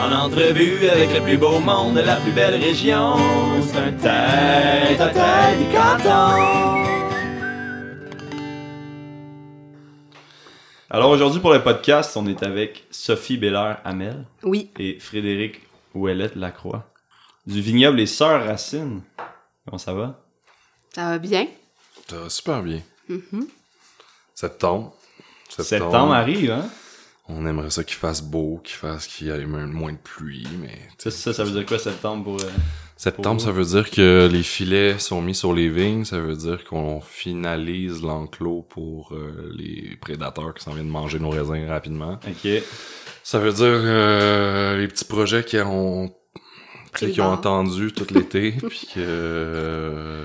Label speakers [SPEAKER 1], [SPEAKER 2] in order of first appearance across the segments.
[SPEAKER 1] En entrevue avec le plus beau monde de la plus belle région, c'est un tête à tête du canton. Alors aujourd'hui pour le podcast, on est avec Sophie Belair Hamel
[SPEAKER 2] Oui,
[SPEAKER 1] et Frédéric Ouellette Lacroix du vignoble Les Sœurs Racines. Comment ça va?
[SPEAKER 2] ça va bien.
[SPEAKER 3] Ça va super bien.
[SPEAKER 2] Mhm.
[SPEAKER 3] Septembre.
[SPEAKER 1] Septembre arrive, hein?
[SPEAKER 3] On aimerait ça qu'il fasse beau, qu'il fasse qu'il y ait même moins de pluie, mais.
[SPEAKER 1] Ça, ça, ça veut dire quoi septembre pour. euh,
[SPEAKER 3] Septembre,
[SPEAKER 1] Pour-
[SPEAKER 3] ça veut dire que les filets sont mis sur les vignes, ça veut dire qu'on finalise l'enclos pour euh, les prédateurs qui s'en viennent manger nos raisins rapidement.
[SPEAKER 1] Ok.
[SPEAKER 3] Ça veut dire euh, les petits projets qui ont, tu sais,
[SPEAKER 2] le
[SPEAKER 3] qui ont
[SPEAKER 2] vent.
[SPEAKER 3] entendu tout l'été, puis que. euh,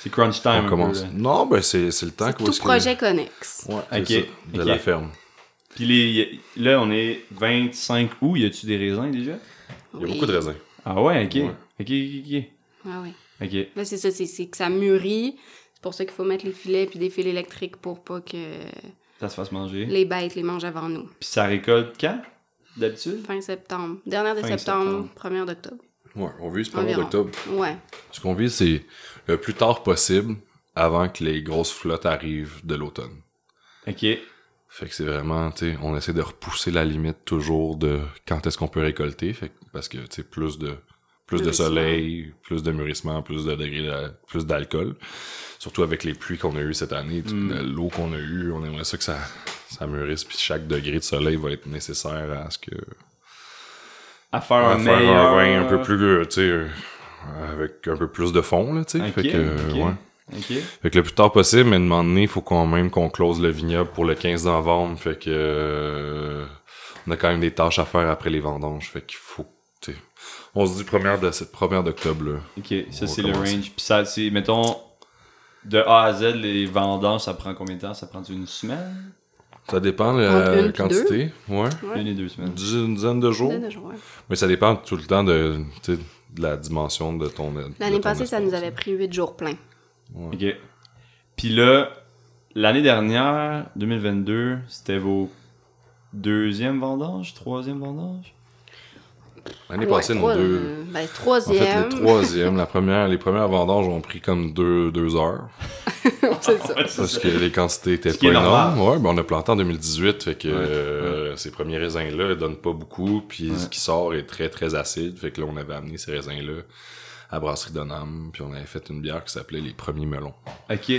[SPEAKER 1] C'est crunch time. un
[SPEAKER 3] on
[SPEAKER 1] peu,
[SPEAKER 3] commence.
[SPEAKER 1] là.
[SPEAKER 3] Non, ben c'est c'est le temps
[SPEAKER 2] C'est
[SPEAKER 3] qu'on
[SPEAKER 2] tout projet connexe.
[SPEAKER 3] Ouais, c'est
[SPEAKER 1] Ok,
[SPEAKER 3] ça, de
[SPEAKER 1] ok.
[SPEAKER 3] la ferme.
[SPEAKER 1] Puis les, y a- là, on est 25 août. Y a-tu des raisins déjà?
[SPEAKER 3] Il y a beaucoup de raisins.
[SPEAKER 1] Ah ouais, ok.
[SPEAKER 3] Ouais.
[SPEAKER 1] Ok,
[SPEAKER 2] Ah oui.
[SPEAKER 1] ok, ok. Ok.
[SPEAKER 2] Là, c'est ça, c'est- c'est que ça mûrit. C'est pour ça qu'il faut mettre les filets puis des fils électriques pour pas que
[SPEAKER 1] Ça se fasse manger.
[SPEAKER 2] les bêtes les mangent avant nous.
[SPEAKER 1] Puis ça récolte quand? D'habitude?
[SPEAKER 2] Fin septembre. Dernière de
[SPEAKER 1] Fin
[SPEAKER 2] septembre,
[SPEAKER 1] septembre.
[SPEAKER 2] première d'octobre.
[SPEAKER 3] Ouais, on vise pas
[SPEAKER 2] Environ.
[SPEAKER 3] d'octobre.
[SPEAKER 2] Ouais.
[SPEAKER 3] Ce qu'on vise, c'est le plus tard possible avant que les grosses flottes arrivent de l'automne.
[SPEAKER 1] Ok.
[SPEAKER 3] Fait que c'est vraiment, tu sais, on essaie de repousser la limite toujours de quand est-ce qu'on peut récolter. Fait que- parce que, tu sais, plus de, plus de
[SPEAKER 2] Mûrissement.
[SPEAKER 3] soleil, plus de mûrissement, plus de degrés, d'a- plus d'alcool. Surtout avec les pluies qu'on a eues cette année, toute
[SPEAKER 1] Mm.
[SPEAKER 3] la- l'eau qu'on a eue, on aimerait ça que ça, ça mûrisse. Puis chaque degré de soleil va être nécessaire à ce que
[SPEAKER 1] À faire
[SPEAKER 3] à
[SPEAKER 1] un
[SPEAKER 3] faire
[SPEAKER 1] meilleur.
[SPEAKER 3] un vin un peu plus, euh, tu sais, euh, avec un peu plus de fond, là, tu sais.
[SPEAKER 1] Ok,
[SPEAKER 3] fait que, euh,
[SPEAKER 1] ok.
[SPEAKER 3] ouais.
[SPEAKER 1] Ok.
[SPEAKER 3] Fait que le plus tard possible, mais demander, il faut quand même qu'on close le vignoble pour le 15 novembre. Fait que euh, on a quand même des tâches à faire après les vendanges. Fait qu'il faut, tu sais, on se dit première de cette première d'octobre. là.
[SPEAKER 1] Ok. Ça,
[SPEAKER 3] On
[SPEAKER 1] c'est
[SPEAKER 3] va
[SPEAKER 1] le
[SPEAKER 3] commencer.
[SPEAKER 1] range. Puis ça, c'est, mettons, de A à Z, les vendanges, ça prend combien de temps? Ça prend une semaine?
[SPEAKER 3] Ça dépend de la
[SPEAKER 2] Entre une puis
[SPEAKER 3] quantité, ouais.
[SPEAKER 2] Ouais.
[SPEAKER 1] Une et deux semaines.
[SPEAKER 3] Une dizaine- une dizaine de jours.
[SPEAKER 2] Dizaine de jours, ouais.
[SPEAKER 3] Mais ça dépend tout le temps de, tu sais, de la dimension de ton. de
[SPEAKER 2] L'année
[SPEAKER 3] ton
[SPEAKER 2] passée, ça
[SPEAKER 3] espace.
[SPEAKER 2] nous avait pris huit jours pleins.
[SPEAKER 3] Ouais.
[SPEAKER 1] Ok. Puis là, l'année dernière, 2022, c'était vos deuxième vendange, troisième vendange?
[SPEAKER 3] L'année
[SPEAKER 2] Ouais,
[SPEAKER 3] passée,
[SPEAKER 2] trois-
[SPEAKER 3] nos deux.
[SPEAKER 2] euh, Ben,
[SPEAKER 3] En fait,
[SPEAKER 2] troisième.
[SPEAKER 3] les troisièmes, la première, les premières vendanges ont pris comme deux, deux heures
[SPEAKER 2] c'est ça.
[SPEAKER 3] parce que les quantités étaient
[SPEAKER 1] Ce qui
[SPEAKER 3] pas
[SPEAKER 1] est
[SPEAKER 3] énormes.
[SPEAKER 1] normal.
[SPEAKER 3] Ouais, ben on a planté en 2018, fait que
[SPEAKER 1] Ouais,
[SPEAKER 3] euh, ces premiers raisins-là ils donnent pas beaucoup, puis
[SPEAKER 1] Ouais.
[SPEAKER 3] ce qui sort est très très acide, fait que là on avait amené ces raisins-là à Brasserie Donham, puis on avait fait une bière qui s'appelait les premiers melons
[SPEAKER 1] Ok.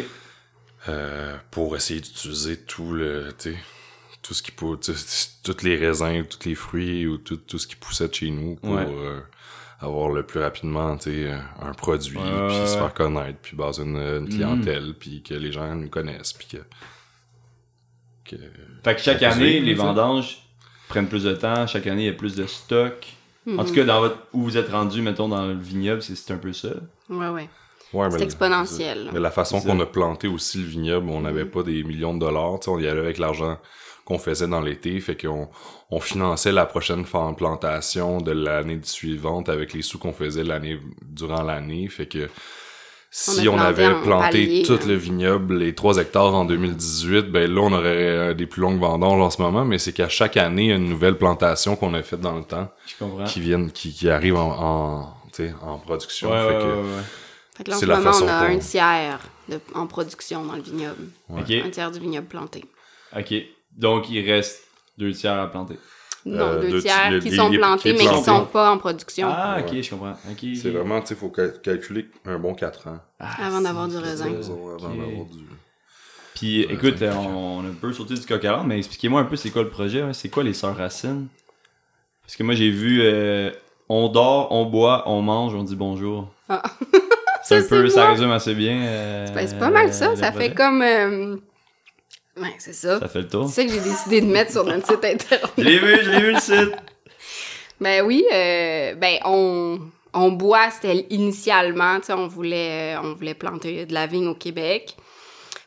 [SPEAKER 3] euh, pour essayer d'utiliser tout le, tu sais, tout ce qui pou- tu sais, toutes les raisins, tous les fruits ou tout, tout ce qui poussait de chez nous pour
[SPEAKER 1] Ouais.
[SPEAKER 3] euh, avoir le plus rapidement, tu sais, un produit,
[SPEAKER 1] Ouais, ouais, Mm.
[SPEAKER 3] puis se
[SPEAKER 1] ouais.
[SPEAKER 3] faire connaître, puis baser une, une clientèle, puis que les gens nous connaissent, puis que, que-
[SPEAKER 1] Fait que chaque
[SPEAKER 3] On peut
[SPEAKER 1] année,
[SPEAKER 3] suivre,
[SPEAKER 1] les
[SPEAKER 3] ça.
[SPEAKER 1] vendanges prennent plus de temps, chaque année, il y a plus de stock. En
[SPEAKER 2] Mhm.
[SPEAKER 1] tout cas, dans votre, où vous êtes rendu, mettons, dans le vignoble, c'est- c'est un peu ça.
[SPEAKER 2] Ouais, ouais.
[SPEAKER 3] Ah, Ouais,
[SPEAKER 2] C'est
[SPEAKER 1] ben,
[SPEAKER 3] mais-
[SPEAKER 2] exponentiel.
[SPEAKER 3] Mais la façon
[SPEAKER 1] C'est
[SPEAKER 3] qu'on
[SPEAKER 1] ça.
[SPEAKER 3] a planté aussi le vignoble, on
[SPEAKER 2] Mm-hmm.
[SPEAKER 3] n'avait pas des millions de dollars, tu sais, on y allait avec l'argent qu'on faisait dans l'été, fait qu'on on finançait la prochaine fa- plantation de l'année suivante avec les sous qu'on faisait l'année durant l'année, fait que si
[SPEAKER 2] On
[SPEAKER 3] on,
[SPEAKER 2] a planté
[SPEAKER 3] avait
[SPEAKER 2] en
[SPEAKER 3] planté
[SPEAKER 2] palier,
[SPEAKER 3] tout
[SPEAKER 2] hein.
[SPEAKER 3] le vignoble, les 3 hectares en 2018, ben là on aurait euh, des plus longues vendanges en ce moment, mais c'est qu'à chaque année, il y a une nouvelle plantation qu'on a faite dans le temps
[SPEAKER 1] Je comprends.
[SPEAKER 3] qui viennent qui, qui arrive en, en, tu sais, en production,
[SPEAKER 1] Ouais,
[SPEAKER 3] fait
[SPEAKER 1] ouais,
[SPEAKER 3] que
[SPEAKER 1] ouais, ouais.
[SPEAKER 2] Fait que là, en
[SPEAKER 3] C'est
[SPEAKER 2] ce
[SPEAKER 3] la
[SPEAKER 2] moment, on
[SPEAKER 3] façon
[SPEAKER 2] a
[SPEAKER 3] qu'on-
[SPEAKER 2] un tiers de- en production dans le vignoble.
[SPEAKER 1] Ok,
[SPEAKER 2] Un tiers du vignoble planté.
[SPEAKER 1] ok. Donc, il reste deux tiers à planter.
[SPEAKER 2] Non,
[SPEAKER 3] Euh,
[SPEAKER 2] deux
[SPEAKER 3] deux ti-
[SPEAKER 2] tiers
[SPEAKER 3] les-
[SPEAKER 2] qui
[SPEAKER 3] les-
[SPEAKER 2] sont
[SPEAKER 3] les-
[SPEAKER 2] plantés,
[SPEAKER 3] les
[SPEAKER 2] mais qui
[SPEAKER 1] plantés.
[SPEAKER 2] sont pas en production
[SPEAKER 1] Ah, ok,
[SPEAKER 3] Ouais.
[SPEAKER 1] je comprends. Ok.
[SPEAKER 3] c'est vraiment, tu sais, faut cal- calculer un bon 4 ans.
[SPEAKER 1] Ah,
[SPEAKER 2] Avant
[SPEAKER 1] c'est-
[SPEAKER 2] d'avoir du
[SPEAKER 1] c'est
[SPEAKER 2] raisin.
[SPEAKER 1] ça,
[SPEAKER 3] Avant
[SPEAKER 1] ok.
[SPEAKER 3] d'avoir du-
[SPEAKER 1] Puis,
[SPEAKER 3] Ouais,
[SPEAKER 1] écoute,
[SPEAKER 3] c'est
[SPEAKER 1] euh, on, on a un peu sauté du coq à l'âne, mais expliquez-moi un peu c'est quoi le projet. hein. C'est quoi les sœurs racines? Parce que moi, j'ai vu euh, on dort, on boit, on mange, on dit bonjour.
[SPEAKER 2] Ah.
[SPEAKER 1] c'est un
[SPEAKER 2] Ça,
[SPEAKER 1] peu,
[SPEAKER 2] c'est
[SPEAKER 1] ça
[SPEAKER 2] moi.
[SPEAKER 1] résume assez bien. euh,
[SPEAKER 2] Ben, c'est pas mal
[SPEAKER 1] le
[SPEAKER 2] ça, ça
[SPEAKER 1] projet.
[SPEAKER 2] fait comme... euh, Ouais, c'est ça.
[SPEAKER 1] Ça fait le tour.
[SPEAKER 2] C'est ça que j'ai décidé de mettre sur notre site
[SPEAKER 1] Je
[SPEAKER 2] internet.
[SPEAKER 1] l'ai vu, je l'ai vu le site.
[SPEAKER 2] Ben oui, euh, ben on, on boit, c'était initialement, tu sais, on voulait, euh, on voulait planter de la vigne au Québec.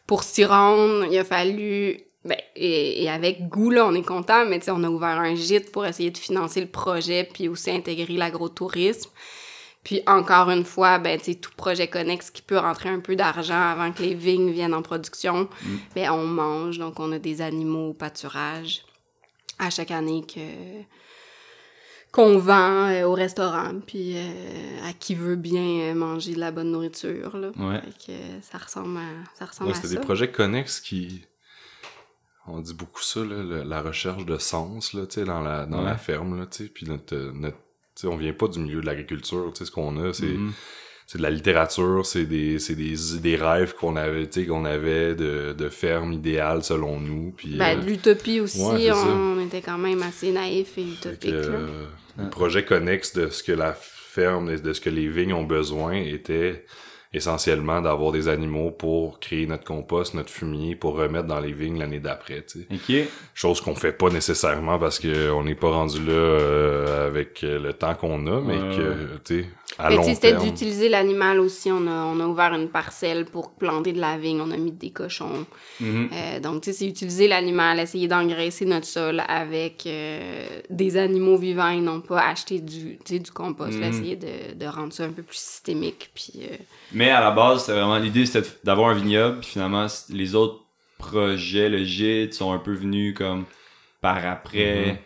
[SPEAKER 2] Pour s'y rendre, il a fallu... Ben, et, et avec goût, là, on est content, mais tu sais, on a ouvert un gîte pour essayer de financer le projet, puis aussi intégrer l'agrotourisme. Puis encore une fois, ben, tu sais, tout projet connexe qui peut rentrer un peu d'argent avant que les vignes viennent en production,
[SPEAKER 1] Mm.
[SPEAKER 2] ben, on mange, donc on a des animaux au pâturage à chaque année que qu'on vend euh, au restaurant, puis euh, à qui veut bien euh, manger de la bonne nourriture. Là.
[SPEAKER 1] Ouais.
[SPEAKER 2] Fait que, euh, ça ressemble à, ça. Ressemble à
[SPEAKER 3] Ouais,
[SPEAKER 2] ça.
[SPEAKER 3] c'était des projets connexes qui. On dit beaucoup ça, là, le- la recherche de sens là, tu sais, dans, la, dans
[SPEAKER 1] Ouais.
[SPEAKER 3] la ferme. Là, tu sais. puis notre, euh, notre, tu sais, on vient pas du milieu de l'agriculture. tu sais, Ce qu'on a, c'est
[SPEAKER 1] Mhm.
[SPEAKER 3] c'est de la littérature, c'est des, c'est des, des rêves qu'on avait, tu sais, qu'on avait de, de ferme idéale selon nous. Puis,
[SPEAKER 2] Ben,
[SPEAKER 3] euh,
[SPEAKER 2] de l'utopie aussi,
[SPEAKER 3] ouais, c'est
[SPEAKER 2] on,
[SPEAKER 3] ça.
[SPEAKER 2] était quand même assez naïfs et
[SPEAKER 3] fait
[SPEAKER 2] utopiques.
[SPEAKER 3] que,
[SPEAKER 2] là.
[SPEAKER 3] euh, le projet connexe de ce que la ferme, et de ce que les vignes ont besoin était essentiellement d'avoir des animaux pour créer notre compost, notre fumier, pour remettre dans les vignes l'année d'après, tu sais.
[SPEAKER 1] Ok.
[SPEAKER 3] chose qu'on fait pas nécessairement parce que on n'est pas rendu là euh, avec le temps qu'on a mais
[SPEAKER 1] Ouais,
[SPEAKER 3] que tu sais à
[SPEAKER 2] Mais tu sais,
[SPEAKER 3] long
[SPEAKER 2] c'était
[SPEAKER 3] terme
[SPEAKER 2] d'utiliser l'animal aussi. On a, on a ouvert une parcelle pour planter de la vigne, on a mis des cochons.
[SPEAKER 1] Mhm.
[SPEAKER 2] Euh, donc, tu sais, c'est utiliser l'animal, essayer d'engraisser notre sol avec euh, des animaux vivants et non pas acheter du, tu sais, du compost.
[SPEAKER 3] Mm.
[SPEAKER 2] là,
[SPEAKER 1] Mhm.
[SPEAKER 2] essayer de, de rendre ça un peu plus systémique. Puis, euh,
[SPEAKER 1] Mais à la base, c'était vraiment l'idée, c'était d'avoir un vignoble. Puis finalement, c- les autres projets, le gîte, sont un peu venus comme par après.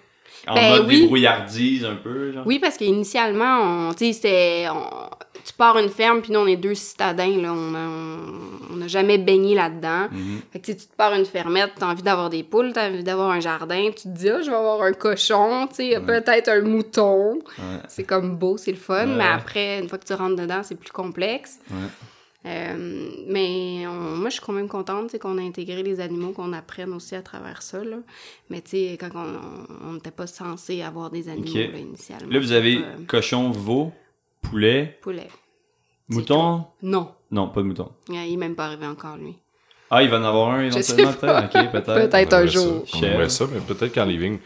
[SPEAKER 1] En
[SPEAKER 2] Ben
[SPEAKER 1] mode
[SPEAKER 2] oui.
[SPEAKER 1] débrouillardise un peu, genre.
[SPEAKER 2] Oui, parce qu'initialement, on, tu sais, c'était- on- tu pars une ferme, puis nous, on est deux citadins, là, on a- on- on n'a jamais baigné là-dedans.
[SPEAKER 1] Mhm.
[SPEAKER 2] Fait que, tu sais, tu te pars une fermette, t'as envie d'avoir des poules, t'as envie d'avoir un jardin, tu te dis, ah, je vais avoir un cochon, tu sais, peut-être un mouton.
[SPEAKER 1] Ouais.
[SPEAKER 2] C'est comme beau, c'est le fun,
[SPEAKER 1] Ouais.
[SPEAKER 2] mais après, une fois que tu rentres dedans, c'est plus complexe.
[SPEAKER 1] Ouais.
[SPEAKER 2] Euh, mais on- moi, je suis quand même contente tu sais, qu'on a intégré les animaux, qu'on apprenne aussi à travers ça. Là. Mais tu sais, quand on- on n'était pas censé avoir des animaux
[SPEAKER 1] Ok.
[SPEAKER 2] là, initialement.
[SPEAKER 1] Là, vous avez
[SPEAKER 2] Euh,
[SPEAKER 1] cochon, veau, poulet,
[SPEAKER 2] poulet. C'est
[SPEAKER 1] mouton.
[SPEAKER 2] Non,
[SPEAKER 1] Non, pas de mouton.
[SPEAKER 2] il est même pas arrivé encore, lui.
[SPEAKER 1] Ah, il va en avoir un
[SPEAKER 2] Je sais
[SPEAKER 1] éventuellement,
[SPEAKER 2] pas.
[SPEAKER 1] peut-être. Ok, peut-être.
[SPEAKER 2] Peut-être
[SPEAKER 3] On
[SPEAKER 2] un
[SPEAKER 3] aimerait ça.
[SPEAKER 2] jour.
[SPEAKER 3] on aimerait ça mais peut-être quand les vignes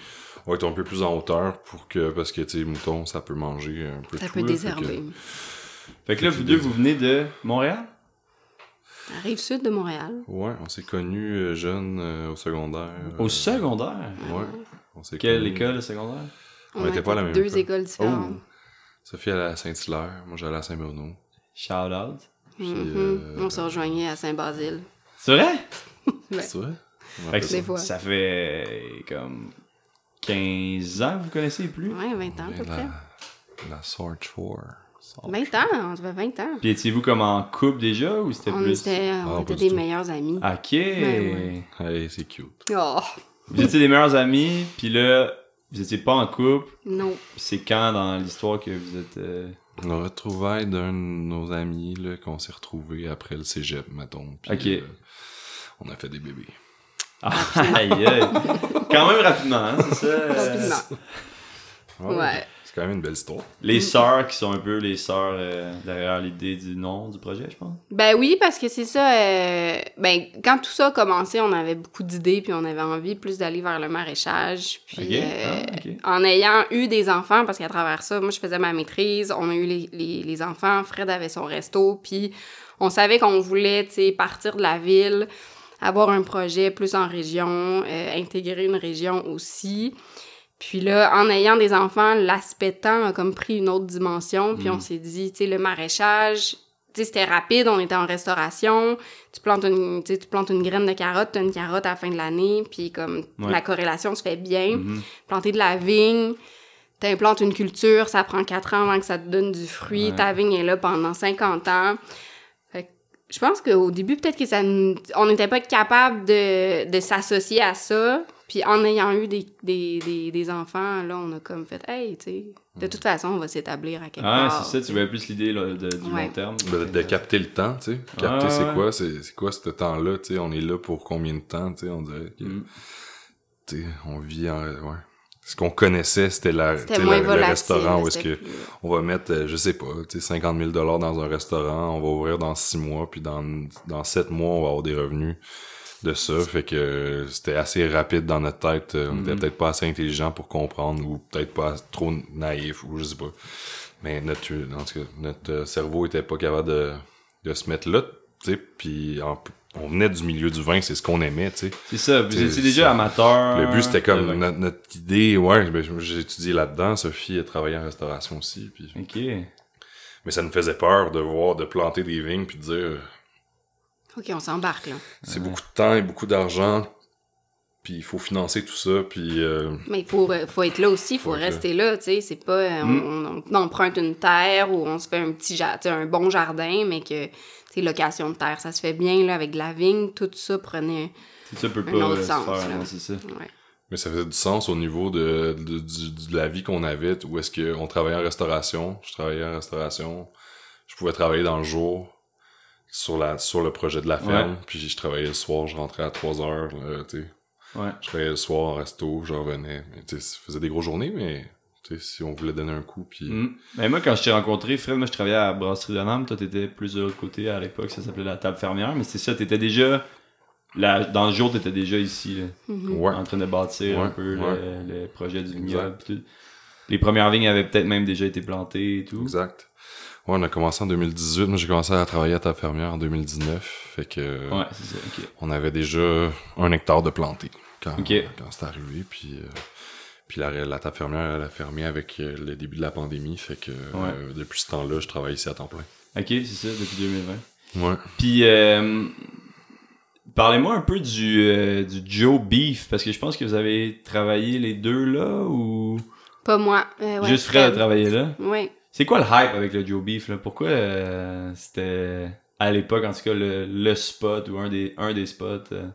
[SPEAKER 3] vont être un peu plus en hauteur pour que parce que tu sais mouton ça peut manger un peu
[SPEAKER 2] Ça
[SPEAKER 3] tout,
[SPEAKER 2] peut
[SPEAKER 3] là,
[SPEAKER 2] désherber.
[SPEAKER 1] Fait que là, vous deux, vous venez de Montréal?
[SPEAKER 2] Arrive sud de Montréal.
[SPEAKER 3] fait que- ouais on s'est connus euh, jeunes euh, au secondaire
[SPEAKER 1] Au
[SPEAKER 3] euh,
[SPEAKER 1] secondaire?
[SPEAKER 3] ouais on s'est
[SPEAKER 1] Quelle
[SPEAKER 3] connus.
[SPEAKER 1] école secondaire?
[SPEAKER 3] On était pas à la même
[SPEAKER 2] deux
[SPEAKER 3] école.
[SPEAKER 2] écoles
[SPEAKER 1] Oh.
[SPEAKER 2] différentes.
[SPEAKER 3] Sophie allait à Saint-Hilaire moi j'allais à Saint-Bruno
[SPEAKER 1] Shout out.
[SPEAKER 3] puis,
[SPEAKER 2] Mhm.
[SPEAKER 3] euh,
[SPEAKER 2] On se rejoignait à Saint-Basile.
[SPEAKER 1] C'est vrai?
[SPEAKER 2] Ouais.
[SPEAKER 3] c'est vrai On
[SPEAKER 1] Fait
[SPEAKER 3] appelle
[SPEAKER 1] que
[SPEAKER 2] Des
[SPEAKER 3] ça-
[SPEAKER 1] c'est-
[SPEAKER 2] fois.
[SPEAKER 1] ça fait comme 15 ans que vous connaissez plus.
[SPEAKER 2] Ouais, 20 ans à peu près.
[SPEAKER 3] la, la Sarge 4
[SPEAKER 2] 20 ans, on devait 20 ans.
[SPEAKER 1] Puis étiez-vous comme en couple déjà ou c'était
[SPEAKER 2] On
[SPEAKER 1] plus.
[SPEAKER 2] était, on
[SPEAKER 3] Ah,
[SPEAKER 2] était
[SPEAKER 3] pas du
[SPEAKER 2] des
[SPEAKER 3] tout.
[SPEAKER 2] meilleurs amis.
[SPEAKER 1] Ok.
[SPEAKER 2] ouais.
[SPEAKER 3] hey c'est cute
[SPEAKER 2] Oh,
[SPEAKER 1] Vous étiez des meilleurs amis, puis là, vous étiez pas en couple.
[SPEAKER 2] non.
[SPEAKER 1] Puis c'est quand dans l'histoire que vous êtes. euh,
[SPEAKER 3] Nos retrouvailles d'un de nos amis là, qu'on s'est retrouvés après le cégep, mettons. Puis,
[SPEAKER 1] Ok.
[SPEAKER 3] euh, on a fait des bébés.
[SPEAKER 1] Ah, aïe, aïe. Quand même rapidement, hein, c'est ça. euh,
[SPEAKER 2] Rapidement.
[SPEAKER 3] Ouais.
[SPEAKER 2] Ouais.
[SPEAKER 3] C'est quand même une belle histoire.
[SPEAKER 1] Les sœurs qui sont un peu les sœurs euh, derrière l'idée du nom du projet, je pense.
[SPEAKER 2] Ben oui, parce que c'est ça. euh, ben, quand tout ça a commencé, on avait beaucoup d'idées, puis on avait envie plus d'aller vers le maraîchage. Puis,
[SPEAKER 1] Ok.
[SPEAKER 2] euh,
[SPEAKER 1] ah, ok.
[SPEAKER 2] en ayant eu des enfants, parce qu'à travers ça, moi, je faisais ma maîtrise, on a eu les, les- les enfants, Fred avait son resto, puis on savait qu'on voulait, tu sais, partir de la ville, avoir un projet plus en région, euh, intégrer une région aussi. Puis là, en ayant des enfants, l'aspect temps a comme pris une autre dimension, puis
[SPEAKER 3] Mm.
[SPEAKER 2] on s'est dit, tu sais, le maraîchage... tu sais, C'était rapide, on était en restauration, tu plantes une, tu sais, tu plantes une graine de carotte, tu as une carotte à la fin de l'année, puis comme
[SPEAKER 1] Ouais.
[SPEAKER 2] la corrélation se fait bien
[SPEAKER 1] Mhm.
[SPEAKER 2] planter de la vigne, t'implantes une culture, ça prend 4 ans avant que ça te donne du fruit,
[SPEAKER 1] Ouais.
[SPEAKER 2] ta vigne est là pendant 50 ans. Fait que je pense qu'au début, peut-être que ça nous- on n'était pas capable de, de s'associer à ça. Puis en ayant eu des, des, des, des enfants, là, on a comme fait « Hey, tu sais, de toute façon, on va s'établir à quelque
[SPEAKER 1] Ah,
[SPEAKER 2] part. »
[SPEAKER 1] c'est ça, tu voyais plus l'idée là, de- du
[SPEAKER 2] Ouais.
[SPEAKER 1] long terme.
[SPEAKER 3] Ben, De, de capter le temps, tu sais.
[SPEAKER 1] Ah,
[SPEAKER 3] Capter c'est
[SPEAKER 1] ouais.
[SPEAKER 3] quoi, c'est, c'est quoi ce temps-là, tu sais. On est là pour combien de temps, tu sais. On dirait que,
[SPEAKER 1] Mm.
[SPEAKER 3] tu sais, on vit en... Ouais. Ce qu'on connaissait, c'était, la, tu
[SPEAKER 2] C'était
[SPEAKER 3] sais,
[SPEAKER 2] moins
[SPEAKER 3] la- le
[SPEAKER 2] volatile,
[SPEAKER 3] restaurant où est-ce
[SPEAKER 2] c'était
[SPEAKER 3] que
[SPEAKER 2] plus-
[SPEAKER 3] on va mettre, euh, je sais pas, tu sais, 50 000 dans un restaurant, on va ouvrir dans 6 mois, puis dans, dans 7 mois, on va avoir des revenus de ça. Fait que euh, c'était assez rapide dans notre tête. euh, On était
[SPEAKER 1] Mhm.
[SPEAKER 3] peut-être pas assez intelligent pour comprendre, ou peut-être pas as- trop naïf, ou je sais pas. Mais notre, euh, en tout cas, notre euh, cerveau était pas capable de, de se mettre là, tu sais, puis en- on venait du milieu du vin, c'est ce qu'on aimait, tu sais.
[SPEAKER 1] C'est ça, vous
[SPEAKER 3] C'est
[SPEAKER 1] étiez déjà
[SPEAKER 3] ça.
[SPEAKER 1] amateur.
[SPEAKER 3] Le but, c'était comme
[SPEAKER 1] de-
[SPEAKER 3] no- notre, idée, ouais, ben, j'ai étudié là-dedans, Sophie a travaillé en restauration aussi, puis...
[SPEAKER 1] Ok.
[SPEAKER 3] Mais ça nous faisait peur de voir, de planter des vignes puis de dire euh,
[SPEAKER 2] OK, on s'embarque, là.
[SPEAKER 3] c'est beaucoup de temps et beaucoup d'argent Puis il faut financer tout ça, puis... euh,
[SPEAKER 2] Mais il faut, euh, faut être là aussi, il faut
[SPEAKER 3] Faut être là.
[SPEAKER 2] rester là, tu sais. C'est pas. euh, on- On, on emprunte une terre ou on se fait un petit ja- tu sais, un bon jardin, mais que, tu sais, location de terre, ça se fait bien, là, avec de la vigne, tout ça prenait.
[SPEAKER 1] Ça peut
[SPEAKER 2] Un
[SPEAKER 1] pas
[SPEAKER 2] autre
[SPEAKER 1] euh, se
[SPEAKER 2] sens,
[SPEAKER 1] faire,
[SPEAKER 2] là.
[SPEAKER 1] non, c'est ça.
[SPEAKER 2] Ouais.
[SPEAKER 3] Mais ça faisait du sens au niveau de, de, du- du- de la vie qu'on avait, où est-ce qu'on travaillait en restauration, je travaillais en restauration, je pouvais travailler dans le jour sur, la, sur le projet de la ferme, puis je travaillais le soir, je rentrais à 3 heures, là, tu sais.
[SPEAKER 1] Ouais.
[SPEAKER 3] Je travaillais le soir en resto, je revenais. Mais, tu sais, ça faisait des grosses journées, mais tu sais, si on voulait donner un coup, puis...
[SPEAKER 1] Mm. Mais moi, quand je t'ai rencontré, Fred, moi, je travaillais à la Brasserie de Nam. Toi, t'étais plus de l'autre côté à l'époque. Ça s'appelait la table fermière. Mais c'est ça, t'étais déjà. là, dans le jour, t'étais déjà ici, là,
[SPEAKER 2] Mhm.
[SPEAKER 3] Ouais.
[SPEAKER 1] en train de bâtir un
[SPEAKER 3] Ouais,
[SPEAKER 1] peu le-
[SPEAKER 3] ouais.
[SPEAKER 1] le, projet du vignoble. pis tout. Les premières vignes avaient peut-être même déjà été plantées et tout.
[SPEAKER 3] Mm-hmm. Exact. Ouais, on a commencé en 2018, moi j'ai commencé à travailler à ta fermière en 2019, fait que...
[SPEAKER 1] Ouais, c'est ça. ok.
[SPEAKER 3] on avait déjà un hectare de planté quand,
[SPEAKER 1] Ok.
[SPEAKER 3] quand c'est arrivé. Puis, euh, puis la, la table fermière, elle a fermé avec euh, le début de la pandémie. Fait que euh, depuis ce temps-là, je travaille ici à temps plein.
[SPEAKER 1] Ok, c'est ça, depuis 2020.
[SPEAKER 3] Ouais.
[SPEAKER 1] Puis, euh, parlez-moi un peu du, euh, du Joe Beef, parce que je pense que vous avez travaillé les deux là, ou
[SPEAKER 2] Pas moi. Euh, ouais,
[SPEAKER 1] juste Fred a travaillé là.
[SPEAKER 2] Ouais.
[SPEAKER 1] C'est quoi le hype avec le Joe Beef, là? Pourquoi euh, c'était, à l'époque, en tout cas, le, le spot, ou un des, un des spots? euh?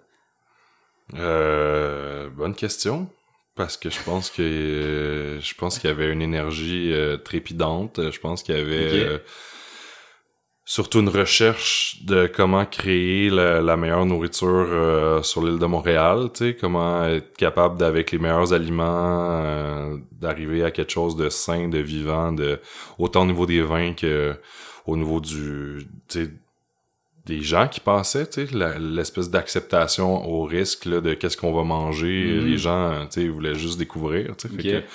[SPEAKER 3] Euh, bonne question. Parce que je pense que euh, je pense qu'il y avait une énergie euh, trépidante. Je pense qu'il y avait
[SPEAKER 1] Ok.
[SPEAKER 3] euh, surtout une recherche de comment créer la, la meilleure nourriture euh, sur l'île de Montréal. Tu sais, comment être capable d'avec les meilleurs aliments euh, d'arriver à quelque chose de sain, de vivant, de autant au niveau des vins que au niveau du tu sais, des gens qui passaient, tu sais, la- l'espèce d'acceptation au risque là, de qu'est-ce qu'on va manger.
[SPEAKER 1] Mhm.
[SPEAKER 3] Les gens, euh, tu sais, ils voulaient juste découvrir, tu sais. fait
[SPEAKER 1] Ok.
[SPEAKER 3] que-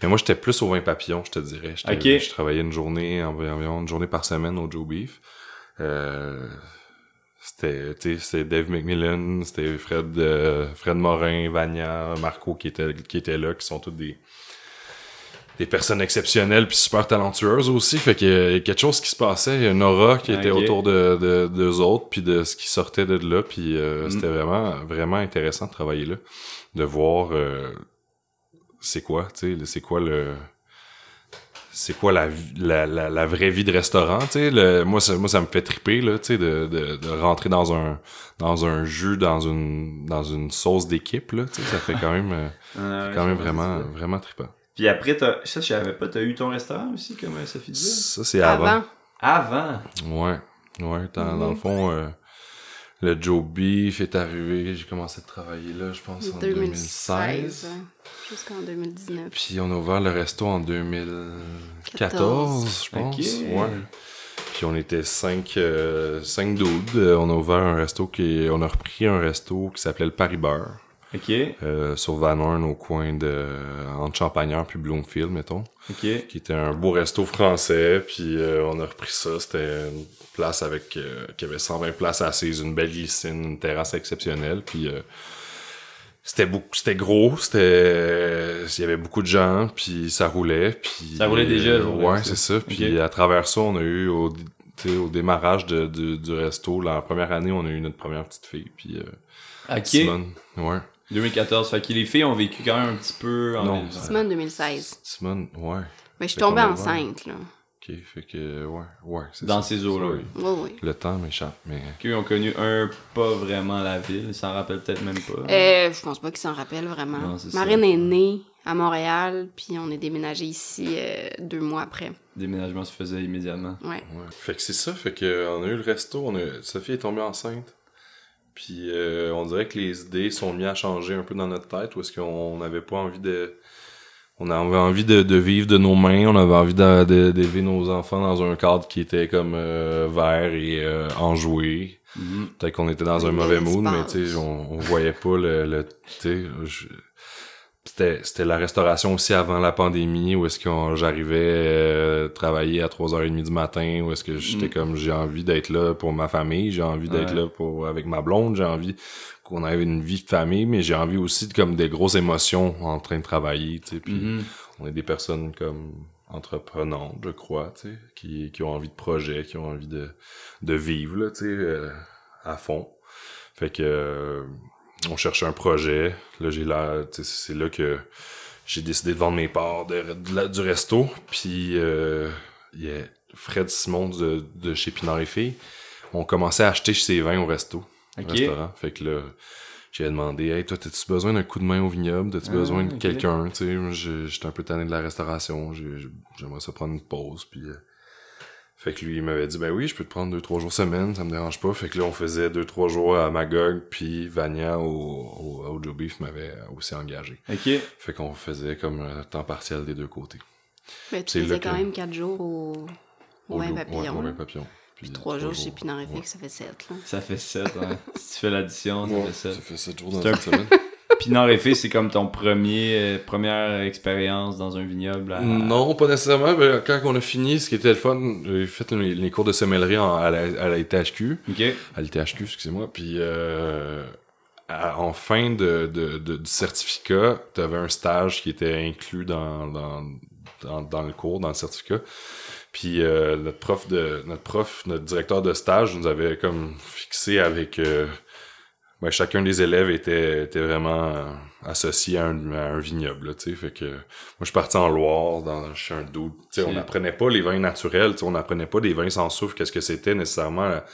[SPEAKER 3] Mais moi, j'étais plus au vin papillon, je te dirais. J'étais-
[SPEAKER 1] Ok.
[SPEAKER 3] Je travaillais une journée, envi- environ une journée par semaine au Joe Beef. Euh, c'était, tu sais, c'était Dave McMillan, c'était Fred, euh, Fred Morin, Vania, Marco qui étaient qui étaient là, qui sont tous des des personnes exceptionnelles puis super talentueuses aussi. Fait qu'il y a quelque chose qui se passait, il y a une aura qui était
[SPEAKER 1] Ok.
[SPEAKER 3] autour de, de, d'eux autres puis de ce qui sortait de là. Puis euh,
[SPEAKER 1] Mm.
[SPEAKER 3] c'était vraiment, vraiment intéressant de travailler là, de voir euh, c'est quoi, tu sais, c'est quoi le... C'est quoi la, vi- la, la, la vraie vie de restaurant, tu sais? le- Moi, ça, moi, ça me fait triper, là, tu sais, de, de, de rentrer dans un, dans un jus, dans une, dans une sauce d'équipe, là, tu sais, ça fait quand même, euh, quand même vraiment, vraiment trippant.
[SPEAKER 1] Puis après, t'as- ça, je savais pas, t'as eu ton restaurant aussi, comme euh, Sophie disait?
[SPEAKER 3] Ça, c'est avant.
[SPEAKER 2] Avant.
[SPEAKER 1] Avant!
[SPEAKER 3] Ouais, ouais. Dans,
[SPEAKER 2] Mhm.
[SPEAKER 3] dans le fond, euh, le Joe Beef est arrivé. J'ai commencé à travailler là, je pense, en 2016.
[SPEAKER 2] ouais. Jusqu'en 2019.
[SPEAKER 3] Puis on a ouvert le resto en 2014, je pense. Ouais. Puis on était cinq, euh, cinq dudes. Euh, On a ouvert un resto qui... On a repris un resto qui s'appelait le Paris Beurre.
[SPEAKER 1] Ok,
[SPEAKER 3] euh, sur Van Horn, au coin de... Entre Champagnard puis Bloomfield, mettons.
[SPEAKER 1] ok.
[SPEAKER 3] qui était un beau resto français. Puis euh, on a repris ça. C'était une place avec euh, qui avait 120 places assises, une belle glycine, une terrasse exceptionnelle. Puis euh, c'était beaucoup, c'était gros. C'était, il y avait beaucoup de gens. Puis ça roulait. Puis euh,
[SPEAKER 1] Ça roulait déjà, le jour-là,
[SPEAKER 3] ouais,
[SPEAKER 1] ça.
[SPEAKER 3] c'est ça. Puis à travers ça, on a eu au, tu sais, au démarrage de- du- du resto, la première année, on a eu notre première petite fille. Puis euh,
[SPEAKER 1] Ok.
[SPEAKER 3] Simone, ouais.
[SPEAKER 1] 2014, fait que les filles ont vécu quand même un petit peu en
[SPEAKER 3] Non,
[SPEAKER 1] même temps.
[SPEAKER 2] Simone 2016.
[SPEAKER 3] Simone, ouais.
[SPEAKER 2] Mais je suis
[SPEAKER 3] Fait qu'on
[SPEAKER 2] tombée
[SPEAKER 3] est bon.
[SPEAKER 2] enceinte, là.
[SPEAKER 3] Ok, fait que ouais, ouais. c'est
[SPEAKER 1] dans
[SPEAKER 3] ça.
[SPEAKER 1] ces eaux-là.
[SPEAKER 3] Sorry.
[SPEAKER 1] oui.
[SPEAKER 2] Oui, oui.
[SPEAKER 3] Le temps m'échappe, mais
[SPEAKER 1] Qu'eux ont connu un pas vraiment la ville, ils s'en rappellent peut-être même pas.
[SPEAKER 2] Euh, je pense pas qu'ils s'en rappellent vraiment.
[SPEAKER 1] Ah. Non, c'est ça.
[SPEAKER 2] Marine est née à Montréal, puis on est déménagé ici euh, deux mois après.
[SPEAKER 1] Déménagement se faisait immédiatement.
[SPEAKER 2] Ouais.
[SPEAKER 3] Ouais. Fait que c'est ça, fait que euh, on a eu le resto, on a... Sophie est tombée enceinte. Puis euh, on dirait que les idées sont mises à changer un peu dans notre tête, où est-ce qu'on n'avait pas envie de... On avait envie de, de vivre de nos mains, on avait envie d'a- de- d'élever nos enfants dans un cadre qui était comme euh, vert et euh, enjoué.
[SPEAKER 1] Mhm.
[SPEAKER 3] Peut-être qu'on était dans un
[SPEAKER 2] Oui,
[SPEAKER 3] mauvais
[SPEAKER 2] mais
[SPEAKER 3] mood,
[SPEAKER 2] l'espace.
[SPEAKER 3] mais tu sais, on, on voyait pas le. le- tu sais, je- c'était, c'était la restauration aussi avant la pandémie, où est-ce que j'arrivais euh, travailler à 3h30 du matin, où est-ce que j'étais
[SPEAKER 1] Mm.
[SPEAKER 3] comme j'ai envie d'être là pour ma famille, j'ai envie d'être
[SPEAKER 1] Ouais.
[SPEAKER 3] là pour avec ma blonde, j'ai envie qu'on ait une vie de famille, mais j'ai envie aussi de comme des grosses émotions en train de travailler, tu sais, puis
[SPEAKER 1] Mhm.
[SPEAKER 3] on est des personnes comme entreprenantes, je crois, tu sais, qui, qui ont envie de projet, qui ont envie de, de vivre, là, tu sais, euh, à fond. Fait que euh, on cherchait un projet. Là, j'ai là, tu sais, c'est là que j'ai décidé de vendre mes parts de, de la- du resto. Puis, euh, il y a Fred Simon de, de chez Pinard et Filles. On commençait à acheter ses vins au resto.
[SPEAKER 1] Ok.
[SPEAKER 3] Restaurant. Fait que là, j'ai demandé, hey, toi, t'as-tu besoin d'un coup de main au vignoble? T'as-tu
[SPEAKER 1] Ah,
[SPEAKER 3] besoin de
[SPEAKER 1] ok.
[SPEAKER 3] quelqu'un? Tu sais, moi, j'ai- j'étais un peu tanné de la restauration. J'ai- j'ai- J'aimerais ça prendre une pause. Puis, euh, fait que lui, il m'avait dit, ben oui, je peux te prendre deux, trois jours semaine, ça me dérange pas. Fait que là, on faisait deux, trois jours à Magog, puis Vania au, au, au Joe Beef m'avait aussi engagé.
[SPEAKER 1] Ok.
[SPEAKER 3] Fait qu'on faisait comme euh, temps partiel des deux côtés.
[SPEAKER 2] Mais tu
[SPEAKER 3] C'est là
[SPEAKER 2] faisais
[SPEAKER 3] que-
[SPEAKER 2] quand même 4 jours au, au vin
[SPEAKER 3] Joe- ouais,
[SPEAKER 2] papillon.
[SPEAKER 3] au
[SPEAKER 2] là.
[SPEAKER 3] vin papillon.
[SPEAKER 2] Puis 3 jours chez Pinard et Fix,
[SPEAKER 3] Ouais.
[SPEAKER 2] ça fait 7.
[SPEAKER 1] Ça fait 7, hein. si tu fais l'addition, ça
[SPEAKER 3] Ouais,
[SPEAKER 1] fait 7.
[SPEAKER 3] ça fait sept jours dans
[SPEAKER 1] C'est un-
[SPEAKER 3] une semaine.
[SPEAKER 1] Pinard et Fils, c'est comme ton premier, euh, première expérience dans un vignoble. à-
[SPEAKER 3] Non, pas nécessairement. mais quand on a fini, ce qui était le fun, j'ai fait les, les cours de sommellerie en- à, la, à la THQ.
[SPEAKER 1] Ok.
[SPEAKER 3] à l'ITHQ, excusez-moi. Puis euh, à- en fin de, de- de- du certificat, tu avais un stage qui était inclus dans, dans, dans, dans le cours, dans le certificat. Puis euh, notre prof de notre prof, notre directeur de stage nous avait comme fixé avec euh, ben, chacun des élèves était, était vraiment euh, associé à un, à un vignoble, là, tu sais. Fait que moi je suis parti en Loire, dans chez un doute. Tu sais, on
[SPEAKER 1] C'est-
[SPEAKER 3] n'apprenait pas les vins naturels, tu sais, on n'apprenait pas des vins sans soufre, qu'est-ce que c'était nécessairement à,